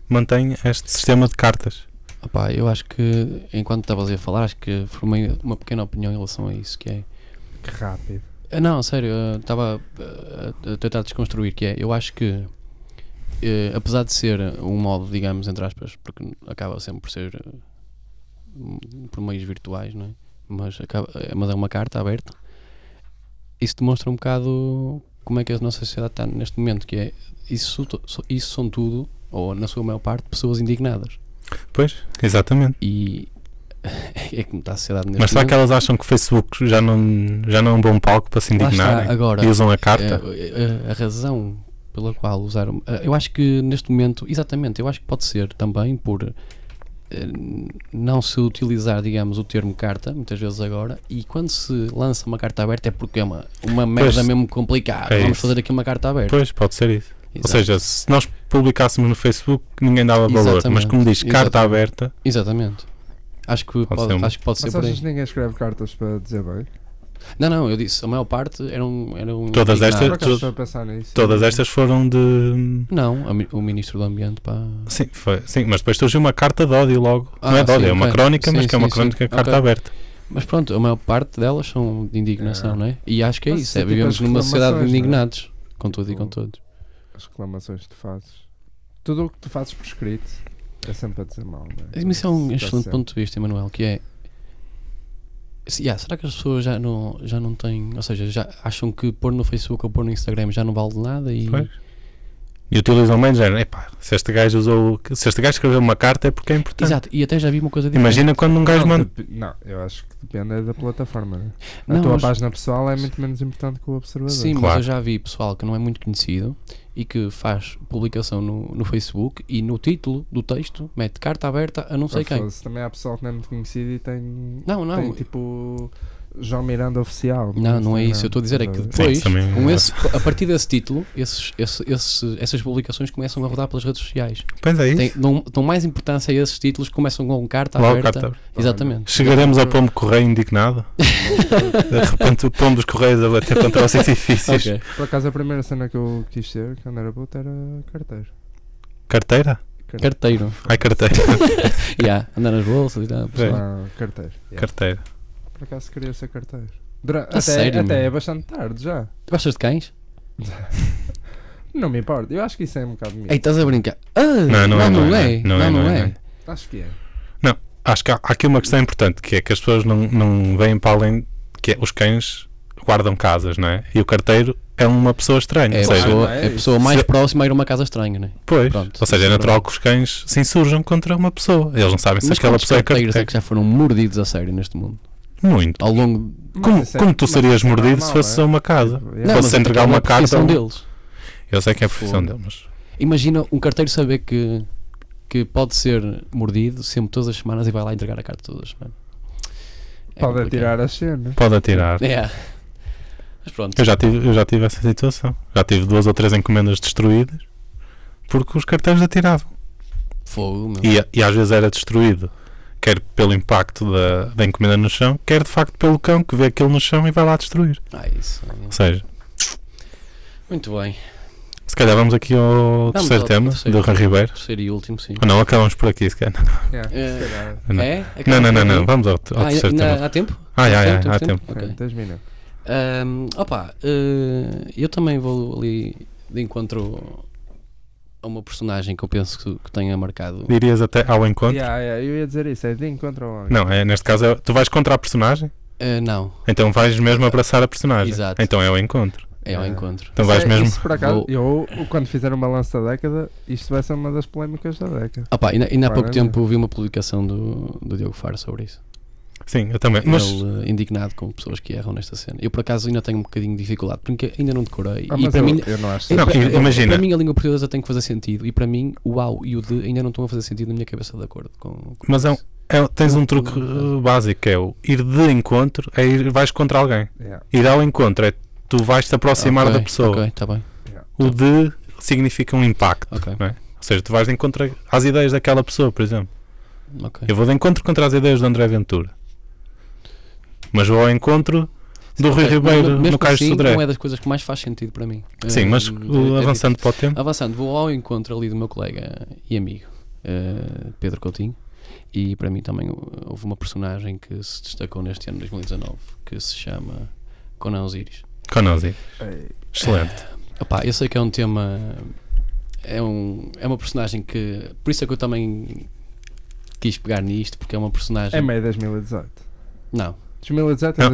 C: mantém este sistema de cartas.
B: Opá, eu acho que enquanto estavas aí a falar, acho que formei uma pequena opinião em relação a isso, que é.
A: Que rápido.
B: Ah, Não, sério, ah, estava ah, a tentar desconstruir, que é, eu acho que eh, apesar de ser um modo, digamos, entre aspas, porque acaba sempre por ser eh, um- por meios virtuais, não é? Mas, acaba, eh, mas é uma carta aberta, isso demonstra um bocado como é que a nossa sociedade está neste momento, que é isso, to- so- isso são tudo, ou na sua maior parte, pessoas indignadas.
C: Pois, exatamente.
B: E é como está a sociedade neste
C: Mas será
B: momento.
C: que elas acham que o Facebook já não, já não é um bom palco para se
B: Lá está,
C: indignarem?
B: agora, é
C: E usam a carta?
B: A, a- a razão pela qual usaram. a- Eu acho que neste momento, exatamente, eu acho que pode ser também por eh, não se utilizar, digamos, o termo carta, muitas vezes agora, e quando se lança uma carta aberta é porque é uma, uma merda
C: Pois,
B: mesmo complicada.
C: é
B: Vamos
C: isso.
B: fazer aqui uma carta aberta.
C: Pois, pode ser isso. Ou
B: Exato.
C: seja, se nós publicássemos no Facebook, ninguém dava valor. Mas
B: Exatamente,
C: como diz, carta
B: exatamente.
C: aberta,
B: Exatamente. Acho que pode,
C: ser um- uma-
B: acho que pode ser
A: Mas
B: por
A: achas
B: aí.
A: que ninguém escreve cartas para dizer bem?
B: Não, não, eu disse, a maior parte um, eram. eram
C: Todas
B: indignados.
A: Por
C: estas-
A: acaso
C: tu-
A: estou a pensar nisso.
C: todas estas foram de.
B: Não, a mi- o Ministro do Ambiente, pá.
C: Sim, foi, sim, mas depois surgiu uma carta de ódio logo. não
B: Ah,
C: é de ódio,
B: sim,
C: é uma
B: ok.
C: crónica, mas
B: Sim,
C: que é uma
B: sim, sim.
C: crónica carta
B: Ok.
C: aberta.
B: Mas pronto, a maior parte delas são de indignação,
A: É.
B: não é? E acho que é
A: Mas
B: isso.
A: isso é
B: É,
A: tipo
B: vivemos
A: as
B: numa sociedade de
A: reclamações, não é?
B: indignados. Com tudo e com
A: Tipo,
B: todos.
A: As reclamações que tu fazes. Tudo o que tu fazes por escrito é sempre a dizer mal, não é?
B: Mas isso é um
A: Está
B: excelente
A: sempre.
B: ponto de vista, Emanuel, que é. se- yeah, será que as pessoas já não, já não têm. Ou seja, já acham que pôr no Facebook ou pôr no Instagram já não vale nada e.
C: Pois. E utilizam bem de género. Epá, se este gajo usou. Se este gajo escreveu uma carta é porque é importante.
B: Exato, e até já vi uma coisa diferente.
C: Imagina quando um gajo
A: Não,
C: manda.
A: depe- não, eu acho que depende é da plataforma. né?
B: Não,
A: a tua
B: mas-
A: página pessoal é muito menos importante que o observador.
B: Sim, mas
C: Claro.
B: eu já vi pessoal que não é muito conhecido e que faz publicação no, no Facebook e no título do texto mete carta aberta a não sei
A: Ah,
B: quem.
A: foda-se, Também há pessoal que não é muito conhecido e tem.
B: Não, não.
A: Tem tipo. João Miranda Oficial.
B: Não, não é isso. Eu estou a dizer é que depois,
C: isso também é
B: com
C: verdade.
B: esse- a partir desse título, esses- esse- esse- essas publicações começam a rodar pelas redes sociais.
C: Pois é isso.
B: Tem, dão, dão mais importância a esses títulos que começam com um carta
C: Logo
B: aberta.
C: carta aberta.
B: Exatamente.
C: Chegaremos ao pombo correio indignado. de repente o pombo dos correios a bater contra os edifícios.
B: Ok.
A: Por acaso a primeira cena que eu quis ser quando era puto era carteiro.
C: Carteira?
A: Carteiro.
B: Carteiro.
C: Ai, carteira.
B: yeah. Andar nas bolsas e tal. pessoal.
A: Ah, carteiro. yeah.
C: carteira.
A: Por acaso queria ser carteiro. Dura-
B: A
A: até
B: sério,
A: até
B: meu?
A: é bastante tarde já.
B: Gostas de cães?
A: Não me importa. Eu acho que isso é um bocado mito.
B: Ei, estás a brincar. Ah,
C: Não, não é, não é, não é,
B: Não,
C: não é, não é.
A: Acho que é.
C: acho que há, há aqui uma questão importante que é que as pessoas não, não veem para além que é, os cães guardam casas, não é? E o carteiro é uma pessoa estranha.
B: É a
C: ou seja,
A: claro. não
B: pessoa,
A: é
B: é a
A: isso.
B: pessoa mais
C: Se-
B: próxima a ir a uma casa estranha, não é?
C: pois,
B: Pronto,
C: ou seja, é
B: isso é
C: natural que os cães se insurjam contra uma pessoa. Eles não sabem se
B: Mas
C: aquela
B: quantos
C: pessoa é
B: carteiros é
C: carteiro.
B: que já foram mordidos a sério neste mundo?
C: Muito.
B: Ao longo.
C: Como,
A: Mas isso é-
C: como tu
A: mas
C: serias
A: isso é
C: mordido se
A: normal,
C: fosse
B: um-
A: é?
C: só uma casa?
A: Tipo,
C: Não,
A: é.
C: Fosse
B: é
C: entregar
B: que é
C: uma carta um-
B: profissão
C: ou-
B: deles.
C: Eu sei que é a profissão
B: Fogo.
C: dele, mas
B: Imagina um carteiro saber que, que pode ser mordido sempre todas as semanas e vai lá entregar a carta todas as semanas. É
A: Pode
B: complicado.
A: atirar as cenas.
C: pode atirar.
B: É. Mas pronto.
C: Eu já, tive, eu já tive essa situação. Já tive duas ou três encomendas destruídas porque os carteiros atiravam.
B: Fogo, meu.
C: E, e às vezes era destruído, quer pelo impacto da, da encomenda no chão, quer de facto pelo cão que vê aquilo no chão e vai lá destruir.
B: Ah, isso.
C: Ou seja,
B: Muito bem.
C: se calhar vamos aqui ao
B: Vamos
C: terceiro
B: ao
C: tema
B: terceiro.
C: do Rui Ribeiro.
B: Terceiro e último, sim.
C: Ou não, acabamos por aqui, se calhar.
A: Yeah,
B: É.
A: se calhar.
C: Não.
B: É?
C: Não,
B: Acabamos
C: não, não,
B: por
C: não.
B: aqui?
C: vamos ao, ao
B: Ah,
C: terceiro
B: ainda
C: tema.
B: há tempo?
C: Ah,
B: Temos
C: ai, ai,
B: temos
C: há tempo.
B: Ok.
A: Dois minutos.
B: Ahm, opa, eh, eu também vou ali de encontro a uma personagem que eu penso que, que tenha marcado.
C: Dirias até ao encontro?
A: Yeah, yeah, eu ia dizer isso. É de encontro ao homem.
C: Não, é, neste caso, é- tu vais contra a personagem?
B: Eh, Eh, não,
C: Então vais mesmo abraçar a personagem.
B: Exato.
C: Então é o encontro.
B: é ao
A: Ah.
B: encontro.
C: Então vais
A: Isso é-
C: mesmo.
A: isso por acaso,
B: Vou-
A: eu, quando fizer uma lança da década, isto vai ser uma das polémicas da década.
B: Opa, ainda, ainda há pouco
A: Claramente.
B: tempo vi uma publicação do, do Diogo Faro sobre isso.
C: Sim, eu também. Mas
B: Ele eh, indignado com pessoas que erram nesta cena. Eu por acaso ainda tenho um bocadinho de dificuldade, porque ainda não decorei.
A: Ah,
B: e
A: mas
B: para
A: eu,
B: mim,
A: eu não acho.
B: eu-
C: Não,
B: para- eu-
C: imagina.
B: para mim a língua portuguesa tem que fazer sentido. E para mim o au e o de ainda não estão a fazer sentido na minha cabeça de acordo com, com
C: Mas é um-
B: isso.
C: é- tens um truque uh, básico que é o ir de encontro, é ir, vais contra alguém.
A: Yeah.
C: Ir ao encontro é tu vais te aproximar
B: Ok,
C: da pessoa.
B: Ok, está bem.
C: O de significa um impacto.
B: Ok,
C: Ou seja, tu vais de encontro às ideias daquela pessoa, por exemplo.
B: ok.
C: Eu vou de encontro contra as ideias do André Ventura. Mas vou ao encontro do Rui
B: Ok,
C: Ribeiro
B: mas- mas
C: no
B: mesmo
C: Cais de
B: assim,
C: Sodré.
B: Não é das coisas que mais faz sentido para mim.
C: Sim,
B: Eh,
C: mas
B: é-
C: uh,
B: é
C: avançando para o tempo.
B: Avançando, vou ao encontro ali do meu colega e amigo eh, Pedro Coutinho e para mim também uh, houve uma personagem que se destacou neste ano 2019 que se chama Conan Osiris.
C: Conosi.
A: Ei,
C: Excelente.
B: Opá, eu sei que é um tema é, um, é uma personagem que por isso é que eu também quis pegar nisto porque é uma personagem
A: É meio 2018.
B: não,
A: 2018 é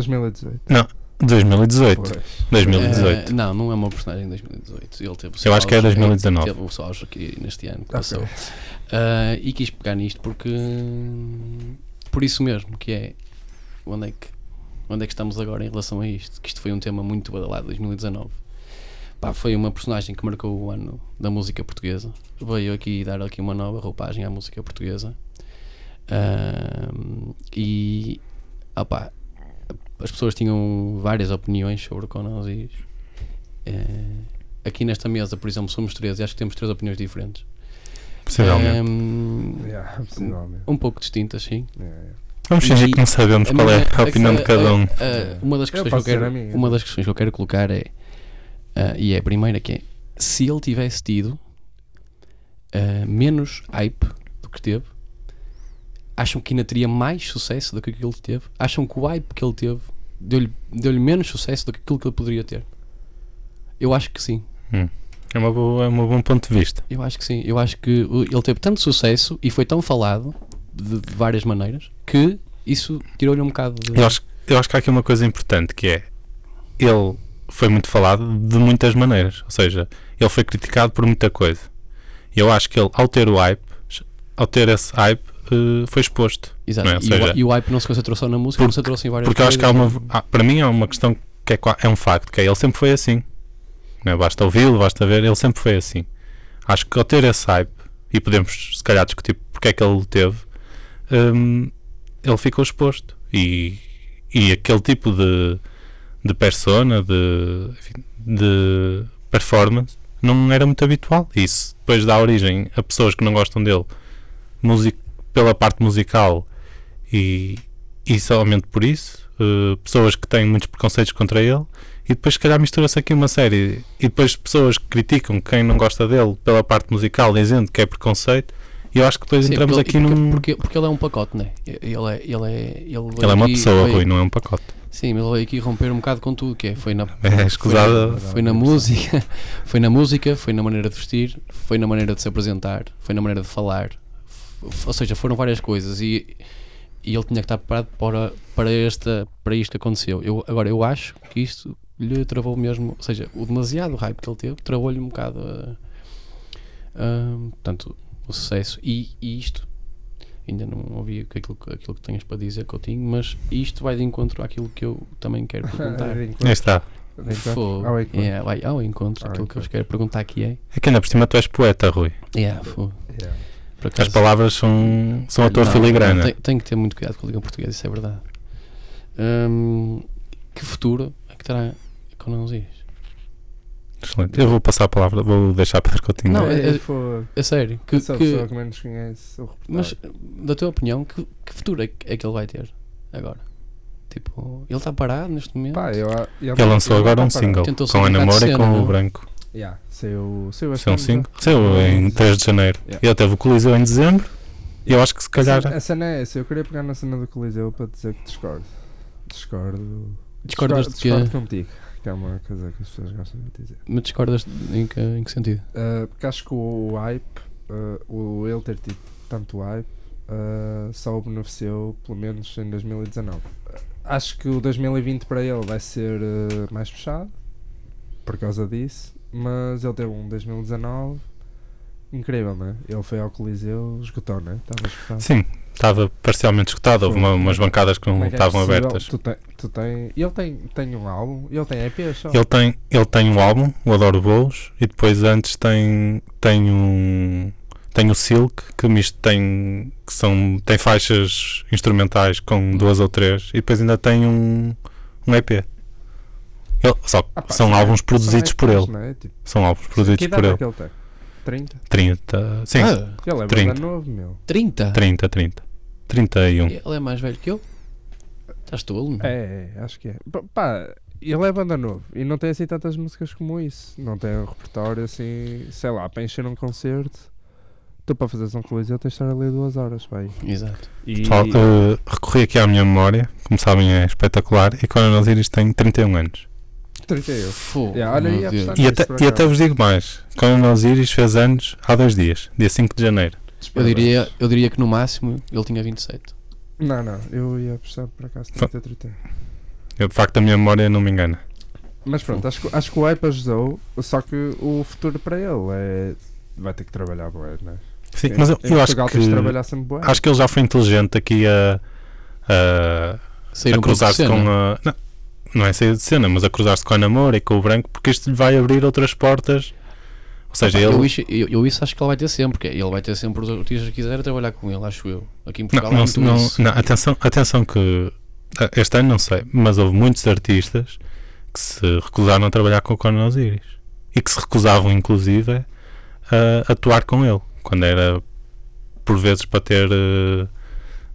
C: Não. é
A: 2018.
C: 2018.
A: Pois.
C: 2018.
B: Eh, não, não é uma personagem de 2018 ele teve o
C: Eu acho que é
B: auge-
C: 2019.
B: ele teve o seu auge aqui neste ano
A: Ok.
B: que passou Ah, e quis pegar nisto porque hum, por isso mesmo que é onde é que onde é que estamos agora em relação a isto que isto foi um tema muito badalado 2019 Pá, foi uma personagem que marcou o ano da música portuguesa veio aqui dar aqui uma nova roupagem à música portuguesa Ahm, e opá, as pessoas tinham várias opiniões sobre o Conan Osiris Eh, aqui nesta mesa por exemplo somos três e acho que temos três opiniões diferentes É,
C: Possivelmente.
B: Ahm,
A: Yeah, possivelmente.
B: um pouco distintas, sim.
A: Yeah, yeah.
C: Vamos fingir
B: e-
C: que não sabemos
B: a
C: qual é
B: minha-
C: a opinião de cada um.
B: a- a- uma, das
A: Eu
B: questões que eu
A: posso dizer a
B: quero,
A: minha. então.
B: uma das questões que eu quero colocar é, ah, e é a primeira que é, se ele tivesse tido ah, menos hype do que teve, acham que ainda teria mais sucesso do que aquilo que teve? Acham que o hype que ele teve deu-lhe deu menos sucesso do que aquilo que ele poderia ter? Eu acho que sim.
C: É, uma boa, é um bom ponto de vista.
B: Eu acho que sim. Eu acho que o- ele teve tanto sucesso e foi tão falado de de várias maneiras que isso tirou-lhe um bocado de.
C: Eu acho, eu acho que há aqui uma coisa importante que é ele foi muito falado de muitas maneiras. Ou seja, ele foi criticado por muita coisa. Eu acho que ele, ao ter o hype, ao ter esse hype, eh, foi exposto.
B: Exato.
C: não é? Ou
B: E o-
C: seja-
B: e, o hype não se concentrou só na música,
C: Porque-
B: concentrou se em várias
C: Porque eu acho que há
B: coisas.
C: uma. há- para mim, há uma questão que é, qua- é um facto, que é ele sempre foi assim. Não é? Basta ouvi-lo, basta ver, ele sempre foi assim. Acho que ao ter esse hype, e podemos se calhar discutir porque é que ele o teve, hum, ele ficou exposto. E, e aquele tipo de, de persona, de, enfim, de performance, não era muito habitual. Isso depois dá origem a pessoas que não gostam dele music, pela parte musical e, e somente por isso, eh, pessoas que têm muitos preconceitos contra ele, e depois se calhar mistura-se aqui uma série, e depois pessoas que criticam quem não gosta dele pela parte musical, dizendo que é preconceito, e eu acho que depois
B: Sim,
C: entramos
B: porque
C: aqui
B: ele,
C: num...
B: Porque, porque ele é um pacote, não é? Ele é. Ele é, ele
C: ele é uma
B: aqui
C: pessoa,
B: veio-
C: Rui, não é um pacote.
B: Sim, mas ele veio aqui romper um bocado com tudo, que é, foi na.
C: É escusado.
B: Foi, foi na música, foi na música, foi na maneira de vestir, foi na maneira de se apresentar, foi na maneira de falar. F- Ou seja, foram várias coisas e, e ele tinha que estar preparado para, para, esta, para isto que aconteceu. Eu, agora, eu acho que isto lhe travou mesmo, ou seja, o demasiado hype que ele teve travou-lhe um bocado ah, ah, portanto, o sucesso. E, e isto, ainda não ouvi aquilo, que- aquilo que tens para dizer, Coutinho, mas isto vai de encontro àquilo que eu também quero perguntar.
A: De encontro-
C: Aí está.
A: de encontro
B: Fogo.
A: ao encontro.
B: Yeah, vai ao encontro.
A: Ao
B: Aquilo que eu vos
A: encontro.
B: quero perguntar aqui é.
C: É que ainda por cima tu és poeta, Rui.
B: Yeah, fogo.
A: Yeah.
B: Por
C: As
B: acaso-
C: palavras são, são a tua
B: Não,
C: filigrana.
B: não, tem- Tenho que ter muito cuidado com a língua portuguesa, isso é verdade. Hum, que futuro é que terá com não diz?
C: Excelente. Eu vou passar a palavra, vou deixar para que eu tenha.
B: Não,
A: Ei,
B: é- é-
A: fogo.
B: É sério. Que,
A: Sou a
B: que-
A: pessoa que menos conhece o repertório.
B: mas, da tua opinião, que, que futuro é, que é que ele vai ter agora? Tipo, ele está parado neste momento?
A: Pá, eu, eu,
C: Ele lançou
A: eu-
C: agora
A: eu-
C: um
A: pá,
C: single
B: Tentou
C: com
B: sair
C: a
B: um bocado de
C: Namora e com
B: cena,
C: o
A: né?
B: não?
C: Branco.
A: Yeah, saiu, saiu um
C: São
A: este ano,
C: cinco. Saiu em 3 de janeiro.
A: Yeah.
C: Ele teve o Coliseu em dezembro. E eu acho que se
A: A
C: calhar.
A: cena- A cena é essa, eu queria pegar na cena do Coliseu para dizer que discordo. Discordo.
B: Discordas de
A: discordo,
B: que.
A: discordo contigo, que é uma coisa que as pessoas gostam de dizer.
B: Mas discordas de- em que, em que sentido?
A: Ah, porque acho que o hype, ah, o ele ter tido tanto hype, ah, só o beneficiou, pelo menos em 2019. Ah, acho que o 2020 para ele vai ser eh, mais fechado por causa disso, mas ele teve um 2019 incrível, né? Ele foi ao Coliseu, esgotou, né? Estava esgotado.
C: Sim, estava parcialmente escutado. Houve uma- umas bancadas que
A: Como
C: não
A: é que é
C: estavam
A: possível?
C: abertas.
A: Tu tem, tu tem, ele tem, tem um álbum, ele tem EPs só.
C: Ele tem, ele tem um álbum, o Adoro Bolos, e depois antes tem, tem um. Tem o Silk, que misto tem. que são. tem faixas instrumentais com duas ou três, e depois ainda tem um. um EP. Ele- só que
A: Ah, pá,
C: são
A: sim,
C: álbuns produzidos
A: EPs,
C: por ele.
A: Né? Tipo,
C: São álbuns
A: que
C: produzidos por
A: idade é
C: ele.
A: que ele tem? 30?
C: 30. Sim,
B: Ah,
A: Ele é
C: 30.
A: banda novo, meu.
B: 30?
C: 30, 30. 31.
B: Ele é mais velho que eu? Estás tolo? meu?
A: É, é, acho que é. P- Pá, ele é banda novo e não tem assim tantas músicas como isso. Não tem um repertório assim, sei lá, para encher um concerto. Tu para fazeres um coliseu tens de estar ali duas horas, pai.
B: Exato.
A: E
C: Pessoal, eh, recorri aqui à minha memória, como sabem é espetacular, e quando nós iris tem 31 anos.
A: 31.
B: Fogo.
A: Yeah, olha,
B: meu
A: ia
B: Deus.
A: apostar-
C: E
A: Isso
C: até,
A: por
C: e
A: acaso.
C: até vos digo mais, quando nós iris fez anos há dois dias, dia 5 de janeiro.
B: eu, diria, eu diria que no máximo ele tinha 27.
A: Não, não, eu ia apostar por acaso 30, 30.
C: Eu, de facto a minha memória não me engana.
A: Mas pronto, acho, que- acho que o hype ajudou, só que o futuro para ele é. Vai ter que trabalhar bué, né?
C: Sim, mas eu,
A: Em
C: eu acho
A: Portugal tens de
C: que
A: trabalhar sempre bué.
C: acho que ele já foi inteligente aqui a, a,
B: Sair
C: a
B: um pouco de
C: cruzar-se
B: cena.
C: com a. Não, não é sair de cena, mas a cruzar-se com a namora e com o branco, porque isto lhe vai abrir outras portas. Ou seja,
B: Pá, eu,
C: ele.
B: isso, eu, eu isso acho que ele vai ter sempre, porque ele vai ter sempre os artistas que quiserem trabalhar com ele, acho eu. Aqui em
C: Não,
B: Portugal
C: não,
B: é muito
C: não-
B: isso.
C: não, atenção, atenção que ah, este ano não sei, mas houve muitos artistas que se recusaram a trabalhar com o Conan Osiris e que se recusavam inclusive a atuar com ele, quando era por vezes para ter eh,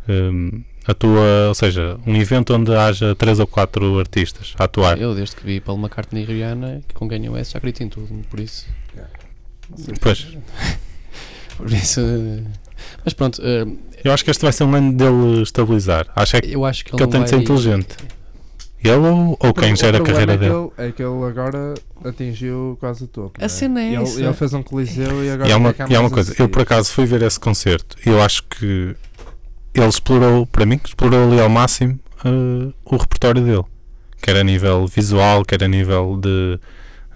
C: em, a tua, ou seja, um evento onde haja três ou quatro artistas a atuar.
B: Eu, desde que vi Paul McCartney e Rihanna, que com quem eu é, já acredito em tudo, por isso.
C: Pois,
B: Por isso eh, mas pronto, eh,
C: eu acho que este vai ser um ano dele estabilizar. Acho é que
B: eu acho que ele
C: que
B: não
C: ele tem
B: vai...
C: de ser inteligente. ele ou, ou quem
A: O
C: gera a
A: problema
C: carreira
A: é que
C: dele.
A: ele- É que ele agora atingiu quase o topo.
B: A
A: né?
B: cena é
A: ele,
B: essa.
A: Ele fez um coliseu e agora.
C: E há uma,
A: fica a
C: e há uma
A: mais um assim.
C: coisa, eu
A: assistir.
C: por acaso fui ver esse concerto e eu acho que ele explorou, para mim, explorou ali ao máximo eh, o repertório dele. Quer a nível visual, quer a nível de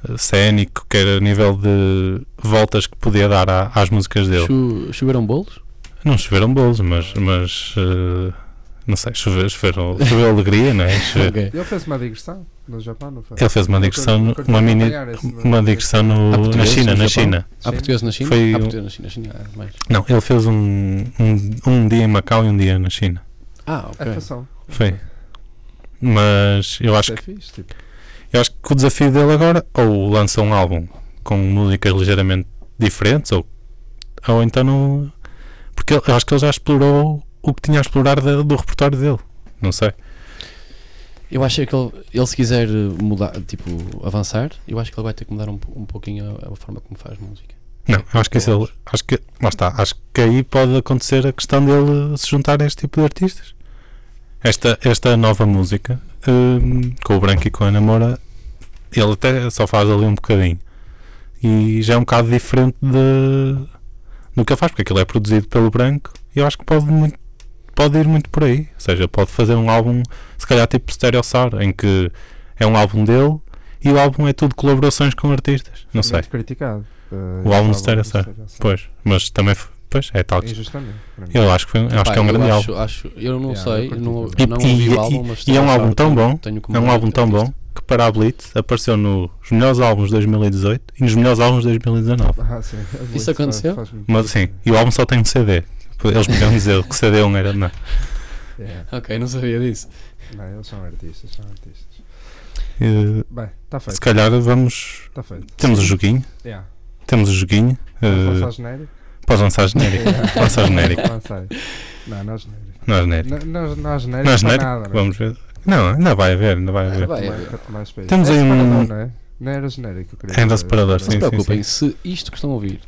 C: eh, cénico, quer a nível de voltas que podia dar à- às músicas dele.
B: Chu- choveram bolos?
C: Não choveram bolos, mas, mas eh, não sei, choveu, choveram, choveu alegria, não é? Choveu-
B: Ok.
A: Ele fez uma digressão no Japão, não foi?
C: Ele fez uma
A: Eu
C: digressão,
A: curto-
C: no-
A: curto
C: uma mini,
A: acompanhar esse- tipo
C: uma digressão no-
B: Há
C: na
B: portugueses
C: China,
B: Ah, no
C: na
B: Japão?
C: China.
B: Há
A: Sim.
B: português na China?
C: Foi
B: Há
C: um-
B: português na China, China. Ah, mais.
C: Não, ele fez um, um, um dia em Macau e um dia na China.
B: Ah,
A: É
B: ok.
A: fação.
C: Foi. Mas eu acho,
A: Isso é
C: que,
A: fixe, tipo.
C: eu acho que o desafio dele agora ou lança um álbum com músicas ligeiramente diferentes ou, ou então não. Porque ele- eu acho que ele já explorou o que tinha a explorar da- do repertório dele. Não sei.
B: Eu acho é que ele, ele se quiser eh, mudar, tipo, avançar, eu acho que ele vai ter que mudar um, po- um pouquinho a, a forma como faz música.
C: Não, eu acho que isso ele. Acho que. Lá está. Acho que aí pode acontecer a questão dele se juntar a este tipo de artistas. Esta, esta nova música hum, com o Branco e com a Namora, ele até só faz ali um bocadinho. E já é um bocado diferente de, do que ele faz, porque aquilo é produzido pelo Branco e eu acho que pode, muito, pode ir muito por aí. Ou seja, pode fazer um álbum, se calhar tipo Stereo Sour, em que é um álbum dele e o álbum é tudo colaborações com artistas. Não sei.
A: Muito criticado. eh,
C: O
A: esse
C: álbum de Stereo
A: do
C: Sound.
A: Stereo Sound.
C: Pois, mas também f- pois, é tal.
A: Injustamente. para mim.
C: Eu acho que, foi, acho
B: Pá,
C: que é um
B: eu
C: grande
B: acho,
C: álbum.
B: Acho, eu não
A: Yeah,
B: sei,
A: eu
B: eu não,
A: curti
B: não
C: também.
B: ouvi
C: E-
B: o álbum, mas
C: e é um
B: tenho-
C: álbum tão bom,
B: tenho como
C: É um álbum tão bom
B: artista.
C: que para a Blitz apareceu nos melhores álbuns de 2018 e nos melhores álbuns de 2019.
A: Ah, sim. é muito, faz-
B: aconteceu?
A: faz muito
C: Mas sim,
A: sentido.
C: e o álbum só tem um CD. Eles podiam dizer que CD um era. Não.
A: É,
B: Ok, não sabia disso.
A: Não, eles são artistas, são artistas.
C: Eh,
A: Bem, está
C: se
A: feito.
C: calhar vamos.
A: Está feito.
C: Temos o joguinho.
A: Yeah.
C: Temos o joguinho.
A: Vamos lançar
C: Uh,
A: genérico?
C: podes lançar genérico.
A: Yeah.
C: Lançar genérico.
A: Lançar. Não, não é genérico.
C: Não é
A: Não- Não
C: genérico.
A: não é genérico.
C: Não é
A: para
C: genérico.
A: Nada, não é?
C: Vamos ver. Não, ainda vai haver, ainda vai haver.
B: Vai,
A: Também
B: é.
A: quanto mais para isso.
C: Temos
A: É
C: aí um-
A: separador, Não, é? não era genérico, eu queria
C: Era
A: dizer.
C: separador,
B: Não se
C: Sim, sim,
B: preocupem, se isto que estão a ouvir,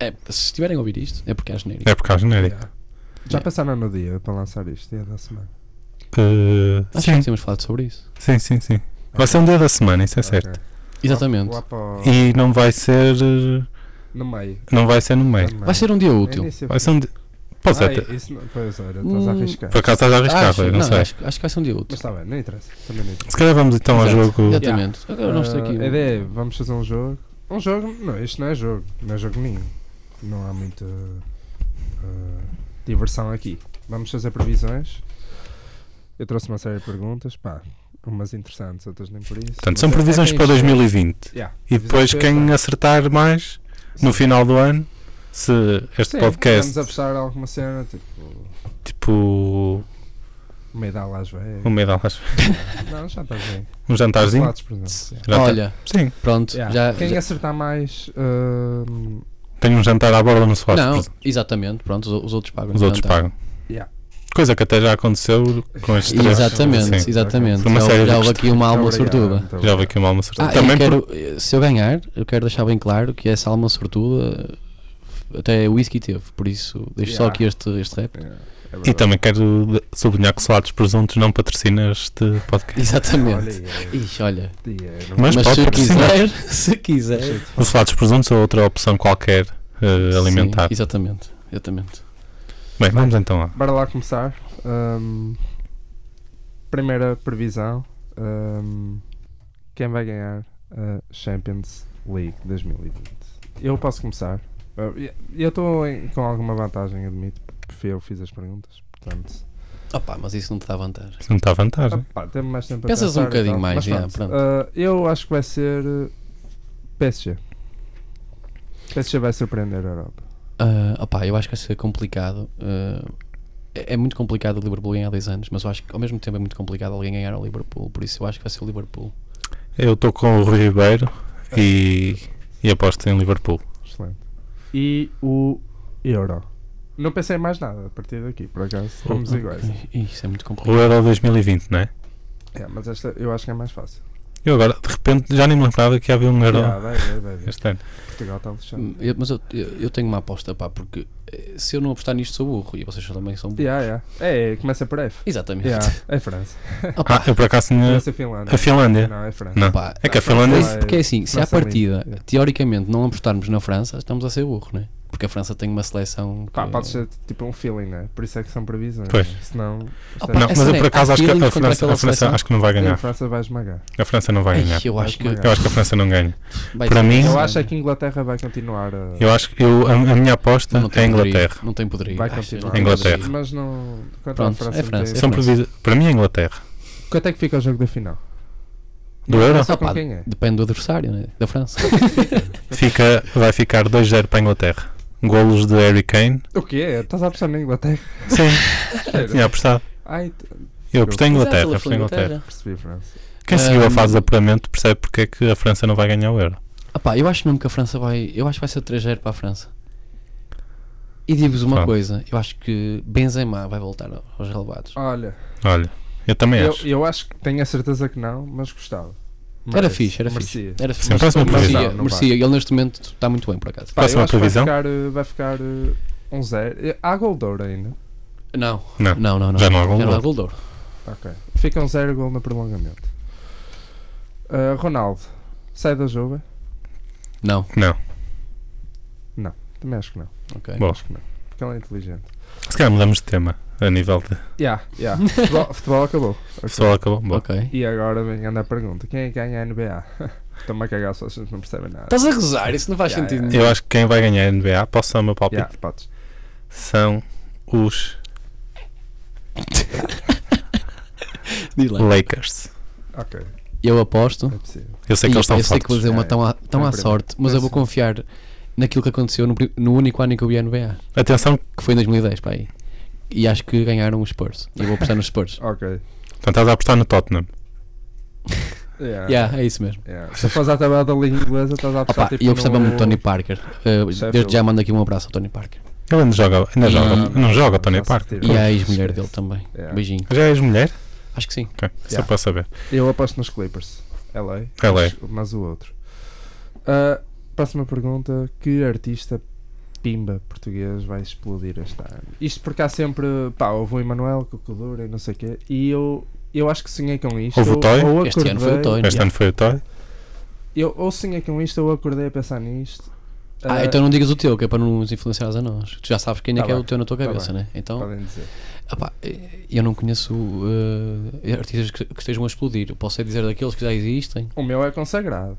B: é, se estiverem a ouvir isto, é porque há genérico.
C: É por causa genérico.
A: Yeah. Já passaram no dia para lançar isto, dia da semana.
C: Eh,
B: Acho que
C: sim,
B: tínhamos falado sobre isso.
C: sim, sim, sim. Vai ser um dia da semana, isso é certo.
B: Exatamente.
A: Lá para o-
C: E não vai ser. eh,
A: no meio.
C: Não vai ser no meio.
A: também.
B: Vai ser um dia útil.
A: Início,
C: Vai ser um di- Pode ser.
A: Ah,
C: até-
A: isso não- pois olha, estás a
B: Hum,
A: arriscar.
C: Por acaso estás a arriscar,
B: acho,
C: Rui, não, sei.
B: Ah, Acho, acho que vai ser um dia
A: Mas
B: útil.
A: está bem, não interessa. Também não interessa.
C: Se calhar vamos então ao
B: Exato,
C: jogo.
B: Exatamente. Agora nós
A: Ah,
B: temos aqui.
A: A ideia é, vamos fazer um jogo. Um jogo, não, isto não é jogo. Não é jogo nenhum. Não há muita ah, diversão aqui. Vamos fazer previsões. Eu trouxe uma série de perguntas, pá, umas interessantes, outras nem por isso.
C: Portanto,
A: Mas
C: são
A: é- é
C: previsões
A: quem
C: para
A: escolhe.
C: 2020.
A: Yeah,
C: E
A: previsões
C: depois
A: para
C: quem
A: este ano.
C: acertar mais no final do ano, se este
A: Sim, Vamos
C: podcast,
A: apostar alguma cena, tipo,
C: tipo,
A: meio da Las Vegas.
C: um meio de aulas,
A: Não, já estás bem.
C: um jantarzinho.
A: Platos, por exemplo.
C: Janta-
B: Olha,
C: Sim,
B: pronto.
A: Yeah.
B: Já,
A: Quem
B: já-
A: acertar mais. ah,
C: tenho um jantar à borda no Swatch.
B: Não,
C: por
B: exatamente. Pronto, os, os outros pagam.
C: Os outros
B: não tá.
C: pagam.
A: Yeah.
C: Coisa que até já aconteceu com estes três.
B: Exatamente,
C: Sim.
B: exatamente.
C: Por uma
B: Já-
C: série de
B: já houve
C: questões.
B: aqui uma alma
A: é Obrigado, então.
B: sortuda.
A: muito
C: Já
A: obrigado.
C: houve aqui uma alma sortuda.
B: Ah,
C: Também
B: eu
C: por-
B: quero, eh, se eu ganhar, eu quero deixar bem claro que essa alma sortuda eh, até o whisky teve, por isso deixo só
A: Yeah.
B: aqui este, este rap.
A: É, é
C: E
A: verdade.
C: também quero de- sublinhar que Salados Presuntos não patrocina este podcast.
A: Olha,
B: Exatamente.
A: é,
B: Ixi, olha.
A: dinheiro.
C: Mas
B: Mas,
C: pode
B: se
C: patrocinar.
B: quiser, se quiser.
C: O Salados Presuntos é outra opção qualquer eh, alimentar.
B: Sim, exatamente, exatamente.
C: Bem, vamos então lá.
A: Bora lá começar. Ahm, primeira previsão: ahm, quem vai ganhar a Champions League 2020? Eu posso começar. Ah, e- Eu estou em- com alguma vantagem, admito, porque fui eu que fiz as perguntas. Portanto,
B: Opa, mas isso não te dá vantagem.
C: Não está vantagem.
A: opá, temos mais tempo
B: Pensas
A: a pensar e
B: um bocadinho
A: tal.
B: mais,
A: Mas
B: já,
A: pronto.
B: pronto.
A: Ah, eu acho que vai ser eh, PSG. PSG vai surpreender a Europa.
B: Ah, opa, eu acho que vai ser complicado. ah, é, é muito complicado o Liverpool ganhar há 10 anos, mas eu acho que ao mesmo tempo é muito complicado alguém ganhar ao Liverpool, por isso eu acho que vai ser o Liverpool.
C: Eu estou com o Rui Ribeiro e, e aposto em Liverpool.
A: Excelente. E o euro. Não pensei em mais nada a partir daqui, por acaso.
C: Oh,
A: Estamos
B: Ok.
A: iguais.
B: Isso é muito
C: O
B: complicado.
C: Euro 2020, não é?
A: É, mas esta eu acho que é mais fácil.
C: Eu agora, de repente, já nem me lembrava que havia um Euro
A: Ah, vai ver, vai ver.
C: este ano.
A: Portugal está lixado.
B: Hum, eu- mas eu, eu- eu tenho uma aposta, pá, porque eh, se eu não apostar nisto sou burro e vocês também são burros.
A: Yeah, yeah. É, é, começa por F.
B: Exatamente.
A: Yeah, é França.
C: Ah,
B: Opa,
C: eu por acaso tinha
A: Começa a Finlândia.
C: a Finlândia.
A: Não, é França.
C: Não.
B: opa,
C: É que a
B: Pois,
C: Finlândia.
A: Vai-
B: porque é assim, se à
A: França ali.
B: partida,
A: Yeah.
B: teoricamente, não apostarmos na França, estamos a ser burro, não é? Porque a França tem uma seleção. Que,
A: Pá, pode ser tipo um feeling, né? Por isso é que são previsões.
C: Pois. Ah,
A: né? Senão.
B: Opa,
C: Não, mas
B: essa
C: eu
B: é-
C: por acaso
B: há
C: acho que
B: feeling
C: a
B: contra
C: França,
B: aquela
C: a França
B: seleção.
C: acho que não vai
A: A
C: ganhar.
A: França vai esmagar.
C: A França não vai
B: Ai,
C: ganhar.
B: eu acho que.
A: Vai
C: Eu acho que a França não ganha.
B: vai
C: para
B: ser-
C: mim-
A: Eu acho é que a Inglaterra vai continuar a.
C: Eu acho que eu, a, a minha aposta
B: não
C: é
B: tem
C: a
B: poderio,
C: Inglaterra.
B: Não tem poderio.
A: Vai
B: Ai,
A: continuar.
B: não tem
C: Inglaterra.
B: poderio.
A: Mas não. Contra
B: Pronto,
A: a França.
B: é
A: não
B: França.
A: tem-
C: São previs... Para mim é a Inglaterra.
A: Quanto é que fica o jogo da final?
C: Do Euro
A: Só com
B: Opa,
A: quem é?
B: Depende do adversário, né? da França.
C: fica, vai ficar 2-0 para a Inglaterra. Golos de Harry Kane.
A: O quê? Estás a apostar na Inglaterra?
C: É, Sim, tinha apostado.
A: Ai, t-
C: Eu apostei em Inglaterra.
B: Exato,
C: Apostei em Inglaterra.
A: percebi, França.
C: Quem seguiu a
B: Um,
C: fase de apuramento percebe porque é que a França não vai ganhar o Euro.
B: Opa, Ah eu acho mesmo que a França vai. Eu acho que vai ser 3-0 para a França. E digo-vos uma
C: Pronto.
B: coisa, eu acho que Benzema vai voltar ao- aos relevados.
A: Olha,
C: Olha, eu também
A: eu,
C: acho.
A: eu acho que tenho a certeza que não, mas gostava.
B: Era
A: Merece,
B: fixe, era
A: merecia.
B: fixe. Era fixe.
C: Sim, parece uma previsão,
B: merecia,
A: não
B: merecia. Ele neste momento está muito bem, por acaso.
A: Pá, eu
C: Próxima
A: acho que
C: previsão?
A: Vai ficar, eh, vai ficar eh, um zero. Eh, Há gol de ouro ainda.
B: Não,
C: Não.
B: não, não. não.
C: Ah. Já não há gol
B: Já não há
C: de
B: gol de ouro.
A: Ok. Fica um zero gol no prolongamento. Eh, Ronaldo, sai da Juve?
B: Não,
C: Não.
A: Também acho que não.
B: ok.
C: Bom,
A: Acho que não. Porque ele é inteligente.
C: se calhar mudamos de tema a nível de.
A: Yeah, yeah. futebol, futebol acabou. Ok.
C: Pessoal, acabou. Bom,
B: Ok.
A: E agora vem a pergunta: quem é que ganha a NBA? Estão-me a cagar, só vocês não percebem nada.
B: Estás a gozar, isso não faz
A: Yeah,
B: sentido
C: Eu acho que quem vai ganhar a NBA, posso dar o meu palpite?
A: Yeah, podes.
C: São os
B: nenhum. Diz lá.
C: Lakers.
A: Ok,
B: Eu aposto.
A: é possível.
C: Eu sei
B: Ih,
C: que eles
B: pá,
C: estão
B: eu sei que vou
C: fortes.
B: dizer uma
A: É,
B: tão à, tão à
A: sempre.
B: sorte, mas eu vou
A: Pensa.
B: confiar naquilo que aconteceu no, pri- no único ano em que eu vi a NBA,
C: Atenção,
B: que foi em 2010, para aí. E acho que ganharam os Spurs. E eu vou apostar nos Spurs.
A: Ok.
C: então estás a apostar no Tottenham.
A: Yeah.
B: yeah, é isso mesmo.
A: yeah. Se fores à tabela da língua inglesa, estás a apostar
B: Opa,
A: tipo
B: e eu
A: no- é
B: gostava muito do Tony Parker. Uh,
A: Sheffield.
B: desde já mando aqui um abraço ao Tony Parker.
C: Ele ainda joga, ainda
B: E-
C: joga,
B: Não,
C: não joga o Tony
A: não se
C: Parker.
A: retira.
B: E a
A: Pois,
B: ex-mulher
A: esquece.
B: dele tá. também.
A: Tipo, Yeah.
B: Beijinho.
C: Já és mulher?
B: Acho que sim.
C: Ok, só
A: Yeah.
C: para saber.
A: Eu aposto nos Clippers. LA.
C: LA.
A: Mas, mas o outro. Ah, próxima pergunta: que artista pimba português vai explodir este ano? Isto porque há sempre. Pá, houve um o Emanuel, Cocodura e não sei o quê. E eu. Eu acho que sonhei com isto.
C: Houve o
A: ou-
C: Toy?
A: ou
B: Este ano foi o
A: acordei-
B: Toy.
C: Este ano foi o Toy.
A: Eu ou sonhei com isto, ou acordei a pensar nisto,
B: Ah,
A: Eh,
B: então não digas o teu, que é para não nos influenciares a nós. Tu já sabes quem é
A: Tá
B: que é
A: bem,
B: o teu na tua
A: tá
B: cabeça, né? Então,
A: Podem dizer.
B: Ah pá, eh, eu não conheço eh, artistas que, que estejam a explodir. Eu posso é dizer daqueles que já existem.
A: O meu é consagrado.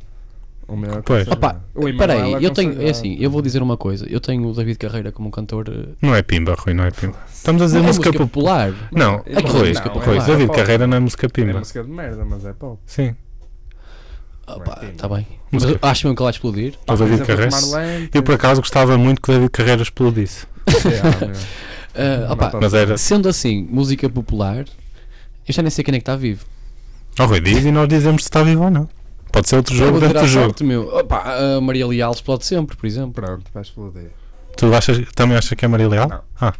A: O meu é
C: Pois.
A: consagrado. O
B: Espera
A: Emanuel
B: aí,
A: é
B: eu tenho. É
A: consagrado.
B: assim, eu vou dizer uma coisa. Eu tenho o David Carreira como um cantor. eh,
C: Não é pimba, Rui, não é pimba. Estamos a
B: Mas é
C: dizer música.
B: música
C: pop.
B: popular.
C: Não,
A: Mas é
C: Rui,
A: música
C: Rui,
A: popular.
C: David
A: É pop.
C: Carreira não é música
A: É
C: pimba.
A: música de merda, mas é pop.
C: Sim.
B: Ah
A: Não é
B: pá,
A: pimba.
B: tá bem. Mas
C: Música.
B: acho mesmo que ela vai explodir.
C: O
A: é
C: David Carreira. Eu por acaso gostava muito que o David Carreira explodisse.
B: Ah, ah pá,
A: Não,
C: Mas era.
B: sendo assim, música popular, eu já nem sei quem é que está vivo.
C: Ó Oh, Rui, diz e nós dizemos se está vivo ou não. Pode ser outro
B: Eu
C: jogo
B: vou tirar
C: dentro do jogo.
B: sorte, meu. Ah pá, a Maria Leal explode sempre, por exemplo.
A: Pronto, vai explodir.
C: Tu achas, também achas que é Maria Leal?
A: Não.
C: Ah.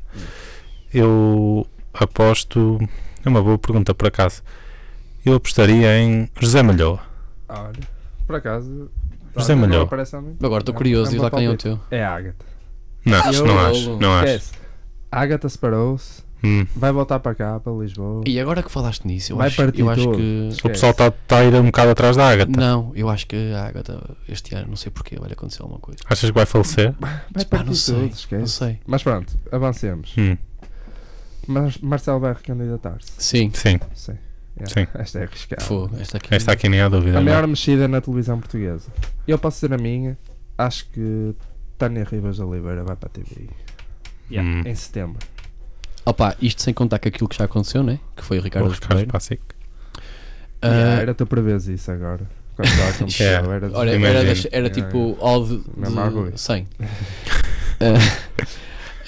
C: Eu aposto. É uma boa pergunta, por acaso. Eu apostaria em José Malhoa.
A: Olha, por acaso.
C: José
A: olha, não
C: Malhou.
A: aparece a mim.
B: Agora estou
A: Não,
B: curioso,
A: não
B: diz
A: vou
B: lá quem é o
A: palpitar.
B: teu.
A: É a Agatha.
C: Não,
B: Eu-
C: não
B: eu-
C: acho. Não acho.
A: Esquece. A Agatha separou-se,
C: Hum.
A: vai voltar para cá, para Lisboa.
B: E agora que falaste nisso, eu
A: Vai
B: acho, eu
A: partir
B: acho
A: todo.
B: que.
C: O pessoal está a ir um bocado atrás da Ágata.
B: Não, eu acho que a Agatha este ano, não sei porquê, vai lhe acontecer alguma coisa. Tipo,
C: Achas que vai falecer?
A: Vai
B: Pá,
A: partir
B: não sei,
A: tudo,
B: não
A: esquece.
B: sei.
A: Mas pronto, avancemos.
C: Hum.
A: Mas Marcelo vai recandidatar-se.
B: Sim,
C: Sim,
A: Sim. É,
C: Sim.
A: Esta é arriscada.
B: Fogo, esta aqui.
C: esta aqui nem há dúvida.
A: A
C: não é?
A: maior mexida na televisão portuguesa. Eu posso ser a minha. Acho que Tânia Rivas de Oliveira vai para a TV.
C: Hum.
A: Em setembro.
B: Opa, isto sem contar com aquilo que já aconteceu, né? Que foi o Ricardo
C: O Ricardo
B: Ribeiro.
C: Passic.
B: Ah,
A: Yeah, era tu prevês isso agora. Quando estava com o
C: Yeah.
A: Michel, era-
B: Olha, era,
C: Imagino.
B: das- era
A: Yeah,
B: tipo all de,
A: Na Marvel.
B: de 100. Ah,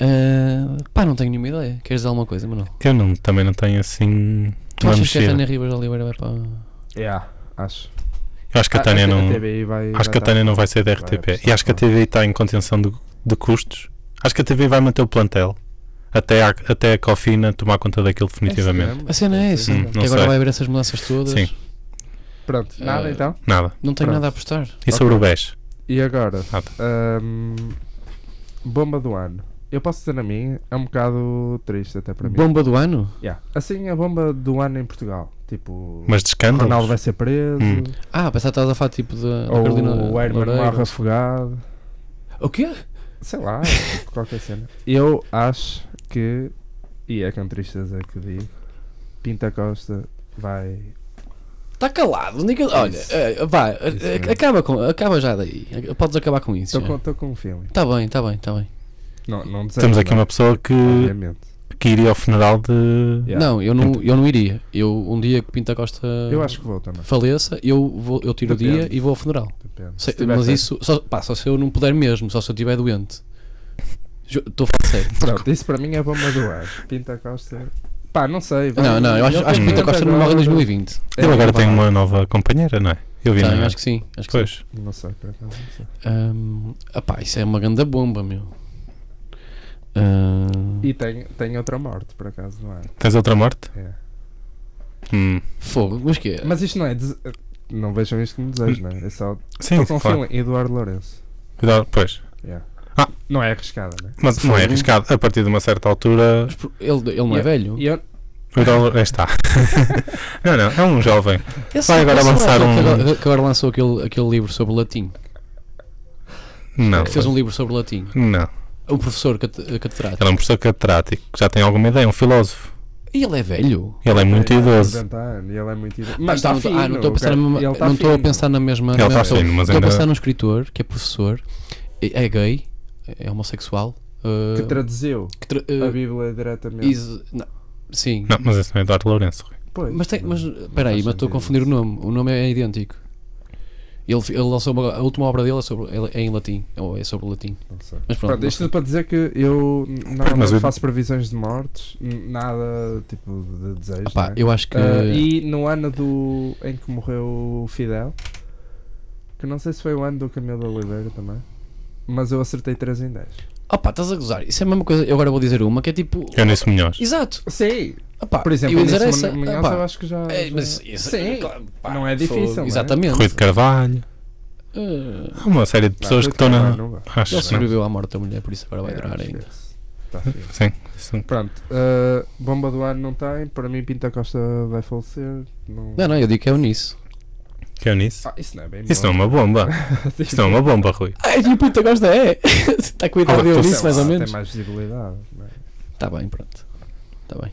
B: ah, pá, não tenho nenhuma ideia. Queres dizer alguma coisa, Manuel?
C: Eu não, também não tenho assim.
B: Tu
C: uma
B: achas que a
C: mexida.
B: Tânia Ribas de Oliveira vai para.
A: Yeah, acho.
C: Eu acho que
A: Ah,
C: a Tânia não.
A: TVI vai,
C: Acho que a
A: vai
C: Tânia
A: dar-
C: não vai ser da
A: vai
C: RTP. E
A: apostar
C: acho que a
A: por-
C: TV está em contenção de, de custos. Acho que a TV vai manter o plantel até a, até a Cofina tomar conta daquilo definitivamente.
A: É
B: A cena é essa.
C: Hum,
B: que
C: não
B: agora
C: sei.
B: vai haver essas mudanças todas.
C: Sim. Ah.
A: Pronto, nada
B: Eh,
A: então.
C: Nada.
B: Não tenho
A: Pronto.
B: nada a apostar.
C: E sobre o BES?
A: E agora?
C: Nada.
A: ahm, bomba do ano. Eu posso dizer na minha, é um bocado triste até para mim.
B: Bomba do ano?
A: Yeah. Assim, a bomba do ano em Portugal. Tipo,
C: Mas de escândalos?
A: Ronaldo vai ser preso.
C: Hum.
B: Ah, pensava que estavas a falar tipo da, da Carolina.
A: Ou o Herman
B: Loureiro.
A: morre afogado.
B: O quê?
A: Sei lá, tipo, qualquer cena. Eu acho que, e é com tristeza que digo, Pinta Costa vai.
B: Está Tá calado. Ninguém... Olha,
A: Isso.
B: eh, vá, eh,
A: Isso
B: eh,
A: mesmo.
B: acaba, com, acaba já daí. Podes acabar com isso.
A: Estou com, tô com um feeling.
B: Está bem, está bem, está bem.
A: Não, não desenho,
C: Temos aqui
A: não,
C: uma pessoa que,
A: obviamente.
C: que iria ao funeral de.
A: Yeah.
B: Não, eh, eu não, eu não iria. Eu, um dia que Pinta Costa
A: Eu acho que vou também.
B: faleça, eu, vou, eu tiro o dia
A: Depende.
B: e vou ao funeral.
A: Depende.
B: Sei-
A: Se tiver
B: mas
A: fé.
B: isso, só, pá, só se eu não puder mesmo, só se eu estiver doente. Ju- Estou a falar sério.
A: Pronto, isso para mim é bomba do ar. Pinta Costa. Pá, não sei. vai-
B: Não, não, eu acho,
A: Ele
B: acho que
A: tem
B: Pinta Costa não morre em
A: agora- É,
B: 2020.
C: Ele agora
A: não vai.
C: tem uma nova companheira, não é? Eu vi,
B: Tem,
C: não é?
B: acho que sim. Acho que sim.
C: Pois.
A: Não sei, por acaso, não sei.
B: Hum, opá, isso é uma grande bomba, meu. Hum,
A: E tem, tem outra morte, por acaso, não é?
C: Tens outra morte?
A: É.
C: Hum.
B: Fogo, mas que é?
A: Mas isto não é. dese- Não vejam isto como desejo, não é? É só.
C: Sim,
A: Estou com
C: claro.
A: um feeling. Eduardo Lourenço.
C: Cuidado, pois.
A: Yeah.
C: Ah.
A: Não é arriscada, né?
C: Mas não é
B: Fogo.
C: arriscado. A partir de uma certa altura,
B: Mas por- ele, ele não é
A: Yeah.
B: velho?
A: E eu,
C: o dólar. aí Está. não, não, é um jovem.
B: Esse-
C: Vai agora
B: esse não é
C: lançar
B: aquele que
C: um-
B: agora- Que agora lançou aquele, aquele livro sobre latim.
C: Não.
B: que fez um livro sobre latim.
C: Não.
B: Um professor cate- catedrático.
C: Ele é um professor catedrático que já tem alguma ideia, é um filósofo.
B: E ele é velho?
C: Ele é muito idoso.
A: 90 anos, e ele é muito idoso.
B: Ah,
A: Mas está
B: não-
A: fino.
B: ah, não estou a
A: o
B: pensar,
A: cara-
B: na mesma-
A: ele tá
B: não estou a
A: fino.
B: pensar na mesma.
C: Ele
B: na
C: está
B: mesma-
C: fino, mas
B: Estou a pensar
C: ainda.
B: num escritor que é professor, é é gay, é homossexual. uh,
A: Que tá traduziu
B: que tra-
A: a
B: uh,
A: Bíblia diretamente.
B: is- não, sim.
C: Não, mas esse não é Eduardo Lourenço. Rui.
A: Pois,
B: Mas, tem, mas
A: não
B: peraí,
A: faz
B: mas estou
A: sentido
B: a confundir o
A: isso.
B: nome. O nome é idêntico. Ele, fi- ele lançou uma- a última obra dele é, sobre, é em latim, ou é sobre o latim.
A: Não sei.
B: Mas pronto,
A: Pronto,
B: não
A: isto
B: sei.
A: é para dizer que eu n- normalmente
C: mas eu-
A: faço previsões de mortes, n- nada tipo de desejo.
B: Opá,
A: né?
B: eu acho que
A: Ah, e no ano do em que morreu o Fidel, que não sei se foi o ano do Camilo de Oliveira também, mas eu acertei 3 em 10.
B: Opá, estás a gozar. Isso é a mesma coisa. Eu agora vou dizer uma que é tipo.
C: Eu nem sou melhor.
B: Exato.
A: Sim,
B: Opá,
A: por exemplo,
B: eu ia dizer
A: Inês
B: essa.
A: Munhoz,
B: opá.
A: eu acho que já.
B: É, mas
A: já-
B: isso,
A: né? Sim,
B: claro,
A: não é difícil,
B: fogo,
A: não é?
B: Exatamente.
C: Rui de Carvalho.
B: Ah,
C: Há uma série de
A: Não,
C: pessoas
A: foi
C: que estão na.
A: Não vai.
C: Acho
B: ele
C: que não.
B: sobreviveu à morte da mulher, por isso agora vai
A: É,
B: durar
A: acho
B: ainda.
A: que esse. Tá fixe.
C: Sim. sim.
A: Pronto, ah, bomba do ano não tem, para mim Pinta Costa vai falecer. Não...
B: Não, não, eu digo que é o é nisso.
C: Que é o nisso?
A: Ah, isso não é bem
C: Isso não é uma bomba. Isto não é uma bomba, Rui.
B: Ai, e o Pinto gosta Ah, é. Está com a idade
C: Olá,
B: dele
C: tu-
B: nisso, mais ou menos.
A: é Tem mais visibilidade. não é?
B: Está bem, pronto. Está bem.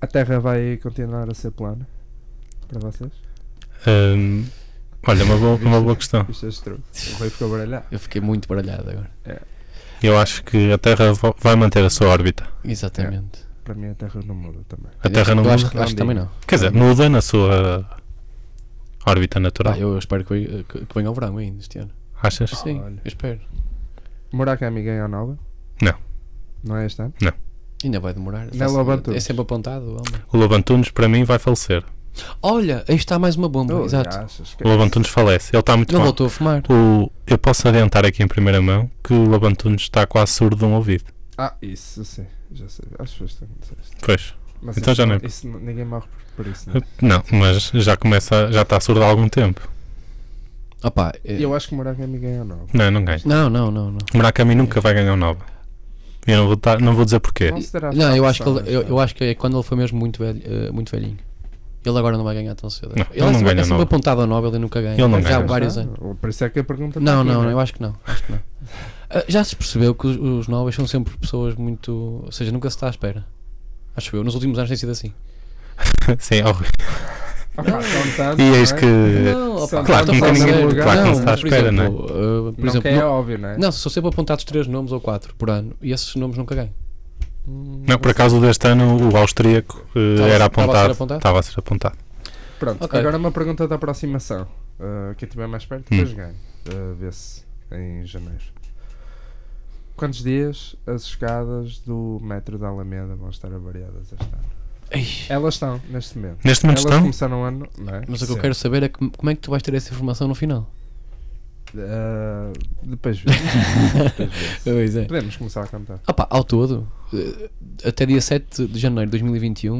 A: A Terra vai continuar a ser plana para vocês?
C: Hum, olha, uma boa, uma boa questão.
A: Isto é estranho. O Rui ficou baralhado.
B: Eu fiquei muito baralhado agora.
C: Eu acho que a Terra vo- vai manter a sua órbita.
B: Exatamente.
A: Para mim é a Terra não muda também.
C: A Terra não
B: Eu acho,
C: muda.
B: acho que também É. não.
C: Quer dizer, muda na sua órbita natural.
B: Pá, Ah, eu espero que, que- que venha o verão ainda este ano.
C: Achas?
B: Sim,
A: olha.
B: eu espero.
A: Murakami ganhou Nobel?
C: Não.
A: Não é este ano?
B: Ainda vai demorar.
A: Não é logo antes.
B: é sempre apontado. homem.
C: O Lobo Antunes, para mim, vai falecer.
B: Olha, aí está mais uma bomba. Oh,
A: Oh,
B: Exato.
A: graças, que
C: O Lobo
A: isso?
C: Antunes falece. Ele está muito
B: Não
C: mal.
B: voltou a fumar.
C: O- eu posso adiantar aqui em primeira mão que o Lobo Antunes está quase surdo de um ouvido.
A: Ah, isso sim, já sei. Acho que foste tu que me disseste.
C: Pois.
A: Mas
C: Então
A: isso
C: já
A: não-
C: não-
A: isso não- ninguém morre por, por isso. Não. é?
C: Não, mas já começa, já está surdo há algum tempo.
B: Opa,
A: E Eu acho que Murakami ganhou Nobel.
C: Não, não ganha.
B: Ah, é. Não, não, não. não.
C: O Murakami nunca vai ganhar o Nobel. Eu não vou, tar- não vou dizer porquê.
A: Não será
B: Não, eu
A: fácil,
B: acho, que ele-
A: mas
B: eu,
A: não.
B: eu acho que é quando ele foi mesmo muito, velho, eh, muito velhinho. Ele agora não vai ganhar tão cedo.
C: Não,
B: ele
C: ele não
B: é sempre,
C: ganha
B: é sempre
C: Nobel.
B: apontado ao Nobel e nunca ganha.
C: Ele não
B: já há
C: ganha.
B: vários
A: Mas
B: anos.
A: não, Por isso é que a pergunta
B: Não, né?
A: está aqui,
B: não,
A: é?
B: eu acho que não. Acho que não. Ah, já se percebeu que os, os Nobel são sempre pessoas muito. Ou seja, nunca se está à espera. Acho eu. Nos últimos anos tem sido assim.
C: Sim, ó, Rui.
A: Opa, são tantos,
C: e eis
A: Então não é?
C: que.
B: Não,
A: Só- claro
B: opa, estou
A: que
B: a
C: um
B: falar
A: nunca ninguém-
B: sério.
A: claro que não se
C: está à
B: mas, por
C: espera, é?
B: exemplo, ah, por
A: Não
B: exemplo,
A: que é
B: não-
A: óbvio, não é?
B: não, são sempre apontados três nomes ou quatro por ano e esses nomes nunca ganham.
A: Hum,
C: Não, por acaso deste ano o austríaco eh,
B: Estava- estava
C: era
B: a ser
C: apontado.
B: apontado?
C: Estava a ser apontado.
A: Pronto,
B: Ok.
A: agora uma pergunta de aproximação. Uh, quem estiver mais perto,
C: Hum.
A: depois ganha. Uh, Vê-se em janeiro. Quantos dias as escadas do metro da Alameda vão estar avariadas este ano?
B: Ei,
A: Elas estão, neste momento. Elas
C: Neste momento estão?
A: começaram o ano, não é?
B: mas o que eu
A: Sim.
B: quero saber é que- como é que tu vais ter essa informação no final.
A: Uh, depois vê Depois vê-se.
B: Pois é.
A: Podemos começar a cantar.
B: Opa, ao todo, eh, até dia 7 de janeiro de 2021,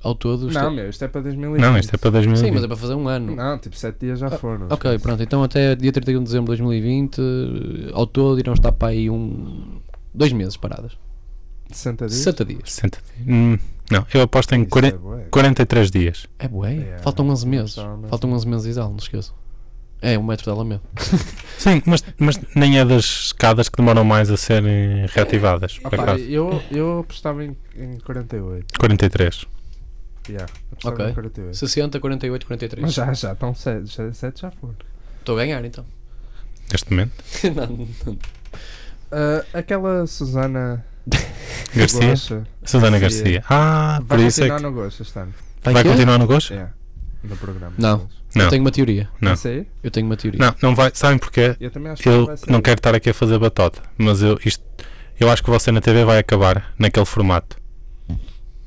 B: ao todo. está-
A: Não, meu, isto é para 2020.
C: Não, isto é para 2000.
B: Sim, mas é para fazer um ano.
A: Não, tipo, 7 dias já
B: Ah,
A: foram.
B: Ok,
A: esquece.
B: pronto, então até dia 31 de dezembro de 2020, eh, ao todo irão estar para aí um. dois meses paradas.
A: 60 dias.
B: 60 dias.
C: 60 dias. Hum, Não, eu aposto em
A: Isso
C: 40
A: é bué.
C: 43 dias.
B: É bué?
A: Yeah.
B: Faltam 11 meses.
A: Só, né?
B: Faltam 11 meses de exalo, não esqueço. É, um metro de alamento.
C: Sim, mas, mas nem é das escadas que demoram mais a serem reativadas, por
A: Opa,
C: acaso.
A: eu, eu apostava em, em 48.
C: 43.
A: Yeah, apostava
B: Ok.
A: em 48.
B: 60, 48, 43.
A: Mas já, já, estão 7, já, sete já foram.
B: Estou a ganhar então.
C: Neste momento.
B: Não, não.
A: Ah, aquela Susana
C: Garcia.
A: Gocha,
C: Susana
A: Garcia.
C: Garcia. Ah, por
A: vai
C: isso é
A: continuar
C: que.
A: no Gocha este ano.
C: Vai
B: quê?
C: continuar no gosto?
A: É, no programa.
B: Não.
A: talvez.
C: Não.
B: Eu tenho uma teoria.
C: Não.
A: sei,
B: Eu tenho uma teoria.
C: Não, não vai. Sabem porquê?
A: eu também acho que
C: Eu
A: vai ser.
C: não quero estar aqui a fazer batota, mas eu, isto, eu acho que você na TV vai acabar naquele formato.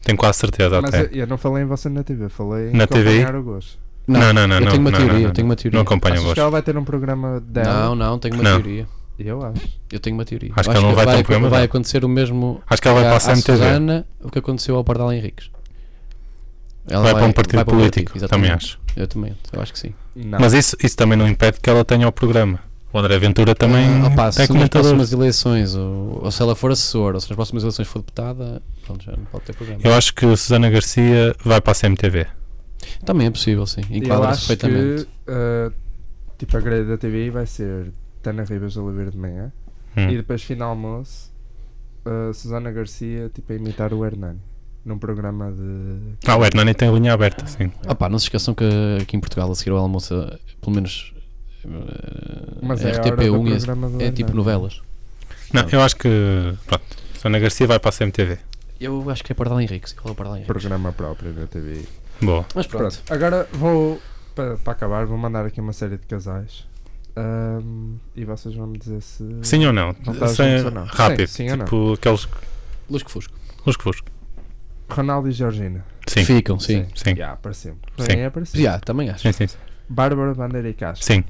C: Tenho quase certeza
A: Mas
C: até.
A: eu, eu não falei em você na TV, falei em
C: Na TV?
A: acompanhar o Gocha.
C: Não, não, não,
B: Eu tenho
C: não,
B: uma
C: não,
B: teoria,
C: não, não,
B: eu tenho uma teoria.
C: Não acompanha
A: Acho
C: vos
A: que ela vai ter um programa dela.
B: Não, não, tenho uma
C: Não.
B: teoria.
A: Eu acho.
B: Eu tenho uma teoria.
C: Acho
B: Eu
C: que ela não vai ter um
B: vai,
C: programa
B: vai
C: dela.
B: acontecer o mesmo
C: Acho que ela vai
B: à-
C: passar
B: à
C: a MTV.
B: Susana, o que aconteceu ao Pardal Henriques. Ela
C: Vai para um partido
B: vai para um
C: político, também
B: exatamente.
C: acho.
B: Eu também, eu acho que sim.
A: Não.
C: Mas isso, isso também não impede que ela tenha o programa. O André Ventura também
B: Ah, opa,
C: é
B: se nas
C: comentador.
B: próximas eleições, ou, ou se ela for assessora, ou se nas próximas eleições for deputada, pronto, já não pode ter programa.
C: Eu acho que Susana Garcia vai para a CMTV.
B: Também é possível, sim.
A: eu
B: Enquadra-se
A: acho que
B: perfeitamente.
A: ah, tipo a grade da TV vai ser Tana Ribas de Oliveira de Manhã
C: Hum.
A: e depois final almoço ah, Susana Garcia tipo a imitar o Hernani num programa de
C: Ah, o Hernani tem a linha aberta, sim.
B: Opa, não se esqueçam que aqui em Portugal, a seguir ao almoço, eh, pelo menos eh,
A: Mas é, a hora do
B: RTP1 e esse-
A: programa do
B: é, tipo
A: Hernani.
B: novelas.
C: Não, eu acho que. Pronto, Susana Garcia vai para a CMTV.
B: Eu acho que é Pardal Henriques. Qual é o Pardal Henriques?
A: Programa próprio da TV.
C: Boa.
B: Mas pronto.
A: Pronto. Agora vou, para acabar, vou mandar aqui uma série de casais. Ahm, e vocês vão me dizer se.
C: Sim ou não?
A: Não está
C: Sem-
A: juntos ou não?
C: Rápido.
A: Sim, sim ou não?
C: tipo aqueles.
B: Lusco Fusco.
C: Os que fosco.
A: Ronaldo e Georgina.
C: Sim. Sim.
B: Ficam, sim.
C: Sim.
A: Já, para sempre.
C: Sim.
A: Para mim é para sempre.
B: Já, também acho.
C: Sim, sim, sim.
A: Bárbara, Bandeira e Castro.
C: Sim.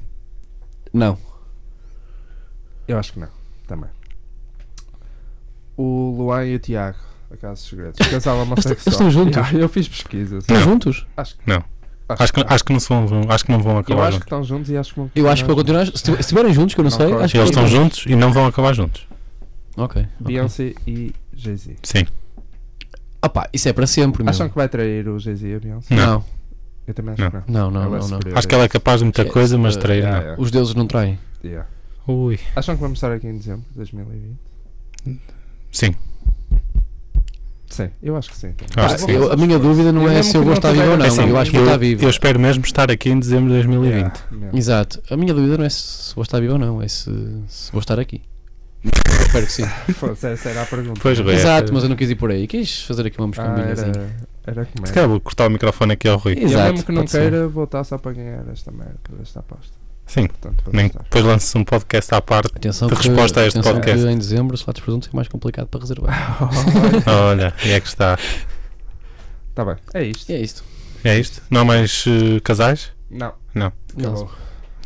B: Não.
A: Eu acho que não. Também. O Luan e o Tiago. A Casa dos Segredos. Casal homossexual.
B: eles estão juntos?
A: Já, eu fiz pesquisa.
B: Estão
C: Não.
B: juntos?
A: Acho,
C: Não. Acho que, acho que não são. Acho que não vão
A: eu
C: acabar
A: acho que
C: juntos.
A: estão juntos e acho que vão
B: Eu acho que para continuar, se se estiverem juntos, que eu não,
A: Não
B: sei,
A: corto.
B: acho que
C: Eles estão
B: sim.
C: juntos e não vão acabar juntos.
B: Ok. ok.
A: Beyoncé e Jay-Z.
C: Sim.
B: Opa, isso é para sempre, meu.
A: Acham que vai trair o Jay-Z e a Beyoncé?
C: Não.
B: Não.
A: Eu também acho que não.
B: Não, não,
A: Ela é
B: não. não.
A: superior
C: Acho que ela é capaz de muita
D: É,
C: coisa, mas
D: eh,
C: trair
A: yeah,
C: não.
A: yeah,
B: Os deuses não traem.
A: yeah.
C: Ui.
A: Acham que vamos estar aqui em dezembro de 2020?
C: Sim.
A: Sim, eu acho que sim. também.
C: Acho
B: Pá,
C: que sim.
B: eu- a minha dúvida não
A: Eu
B: é
A: mesmo
B: se eu
A: que
B: vou
A: não
B: estar vivo ou
A: tiver-
B: não.
A: É assim,
B: eu acho que tá vou estar vivo.
C: Eu espero mesmo estar aqui em dezembro de 2020.
A: Yeah, mesmo.
B: Exato. A minha dúvida não é se vou estar vivo ou não, é se, se vou estar aqui. Eu espero que sim.
A: Foda-se, essa era a pergunta.
C: Pois, Rui.
B: Exato,
C: é.
B: mas eu não quis ir por aí. Quis fazer aqui uma
A: Ah,
B: moscambilhazinha.
A: era, era como
C: Se
A: era.
C: calhar vou cortar o microfone aqui ao Rui.
B: Exato,
A: Eu é mesmo que não
B: pode ser.
A: queira, vou estar só para ganhar esta merda, esta aposta.
C: Sim.
A: Portanto, vou
C: Nem que
A: estar.
C: depois lances um podcast à parte.
B: Atenção
C: De
B: que,
C: resposta a este
B: atenção
C: podcast.
B: que em dezembro os lados de presunto é mais complicado para reservar.
C: Olha, e é que está.
A: Tá bem, é isto.
B: E é isto.
C: É isto? Não há mais eh, casais?
A: Não,
B: Não.
A: acabou.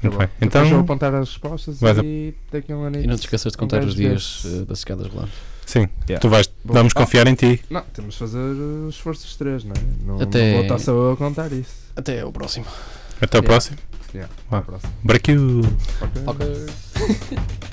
C: Muito bem.
A: Então, vou
C: Então,
A: apontar as respostas
C: vais a-
A: e daqui a um ano
B: E não te esqueças de contar os
A: Vais
B: dias
A: ver se-
B: eh, das escadas rolantes.
C: sim,
A: Yeah.
C: tu vais.
A: Bom.
C: Vamos
A: Ah.
C: confiar em ti.
A: Não, temos de fazer uh, os esforços três, não é? Não,
B: Até-
A: não vou estar só eu a contar isso.
B: Até ao próximo.
C: Até o
A: Yeah.
C: próximo.
A: Yeah.
C: Ah.
A: Próximo.
C: Break you.
A: Ok.
B: Ok.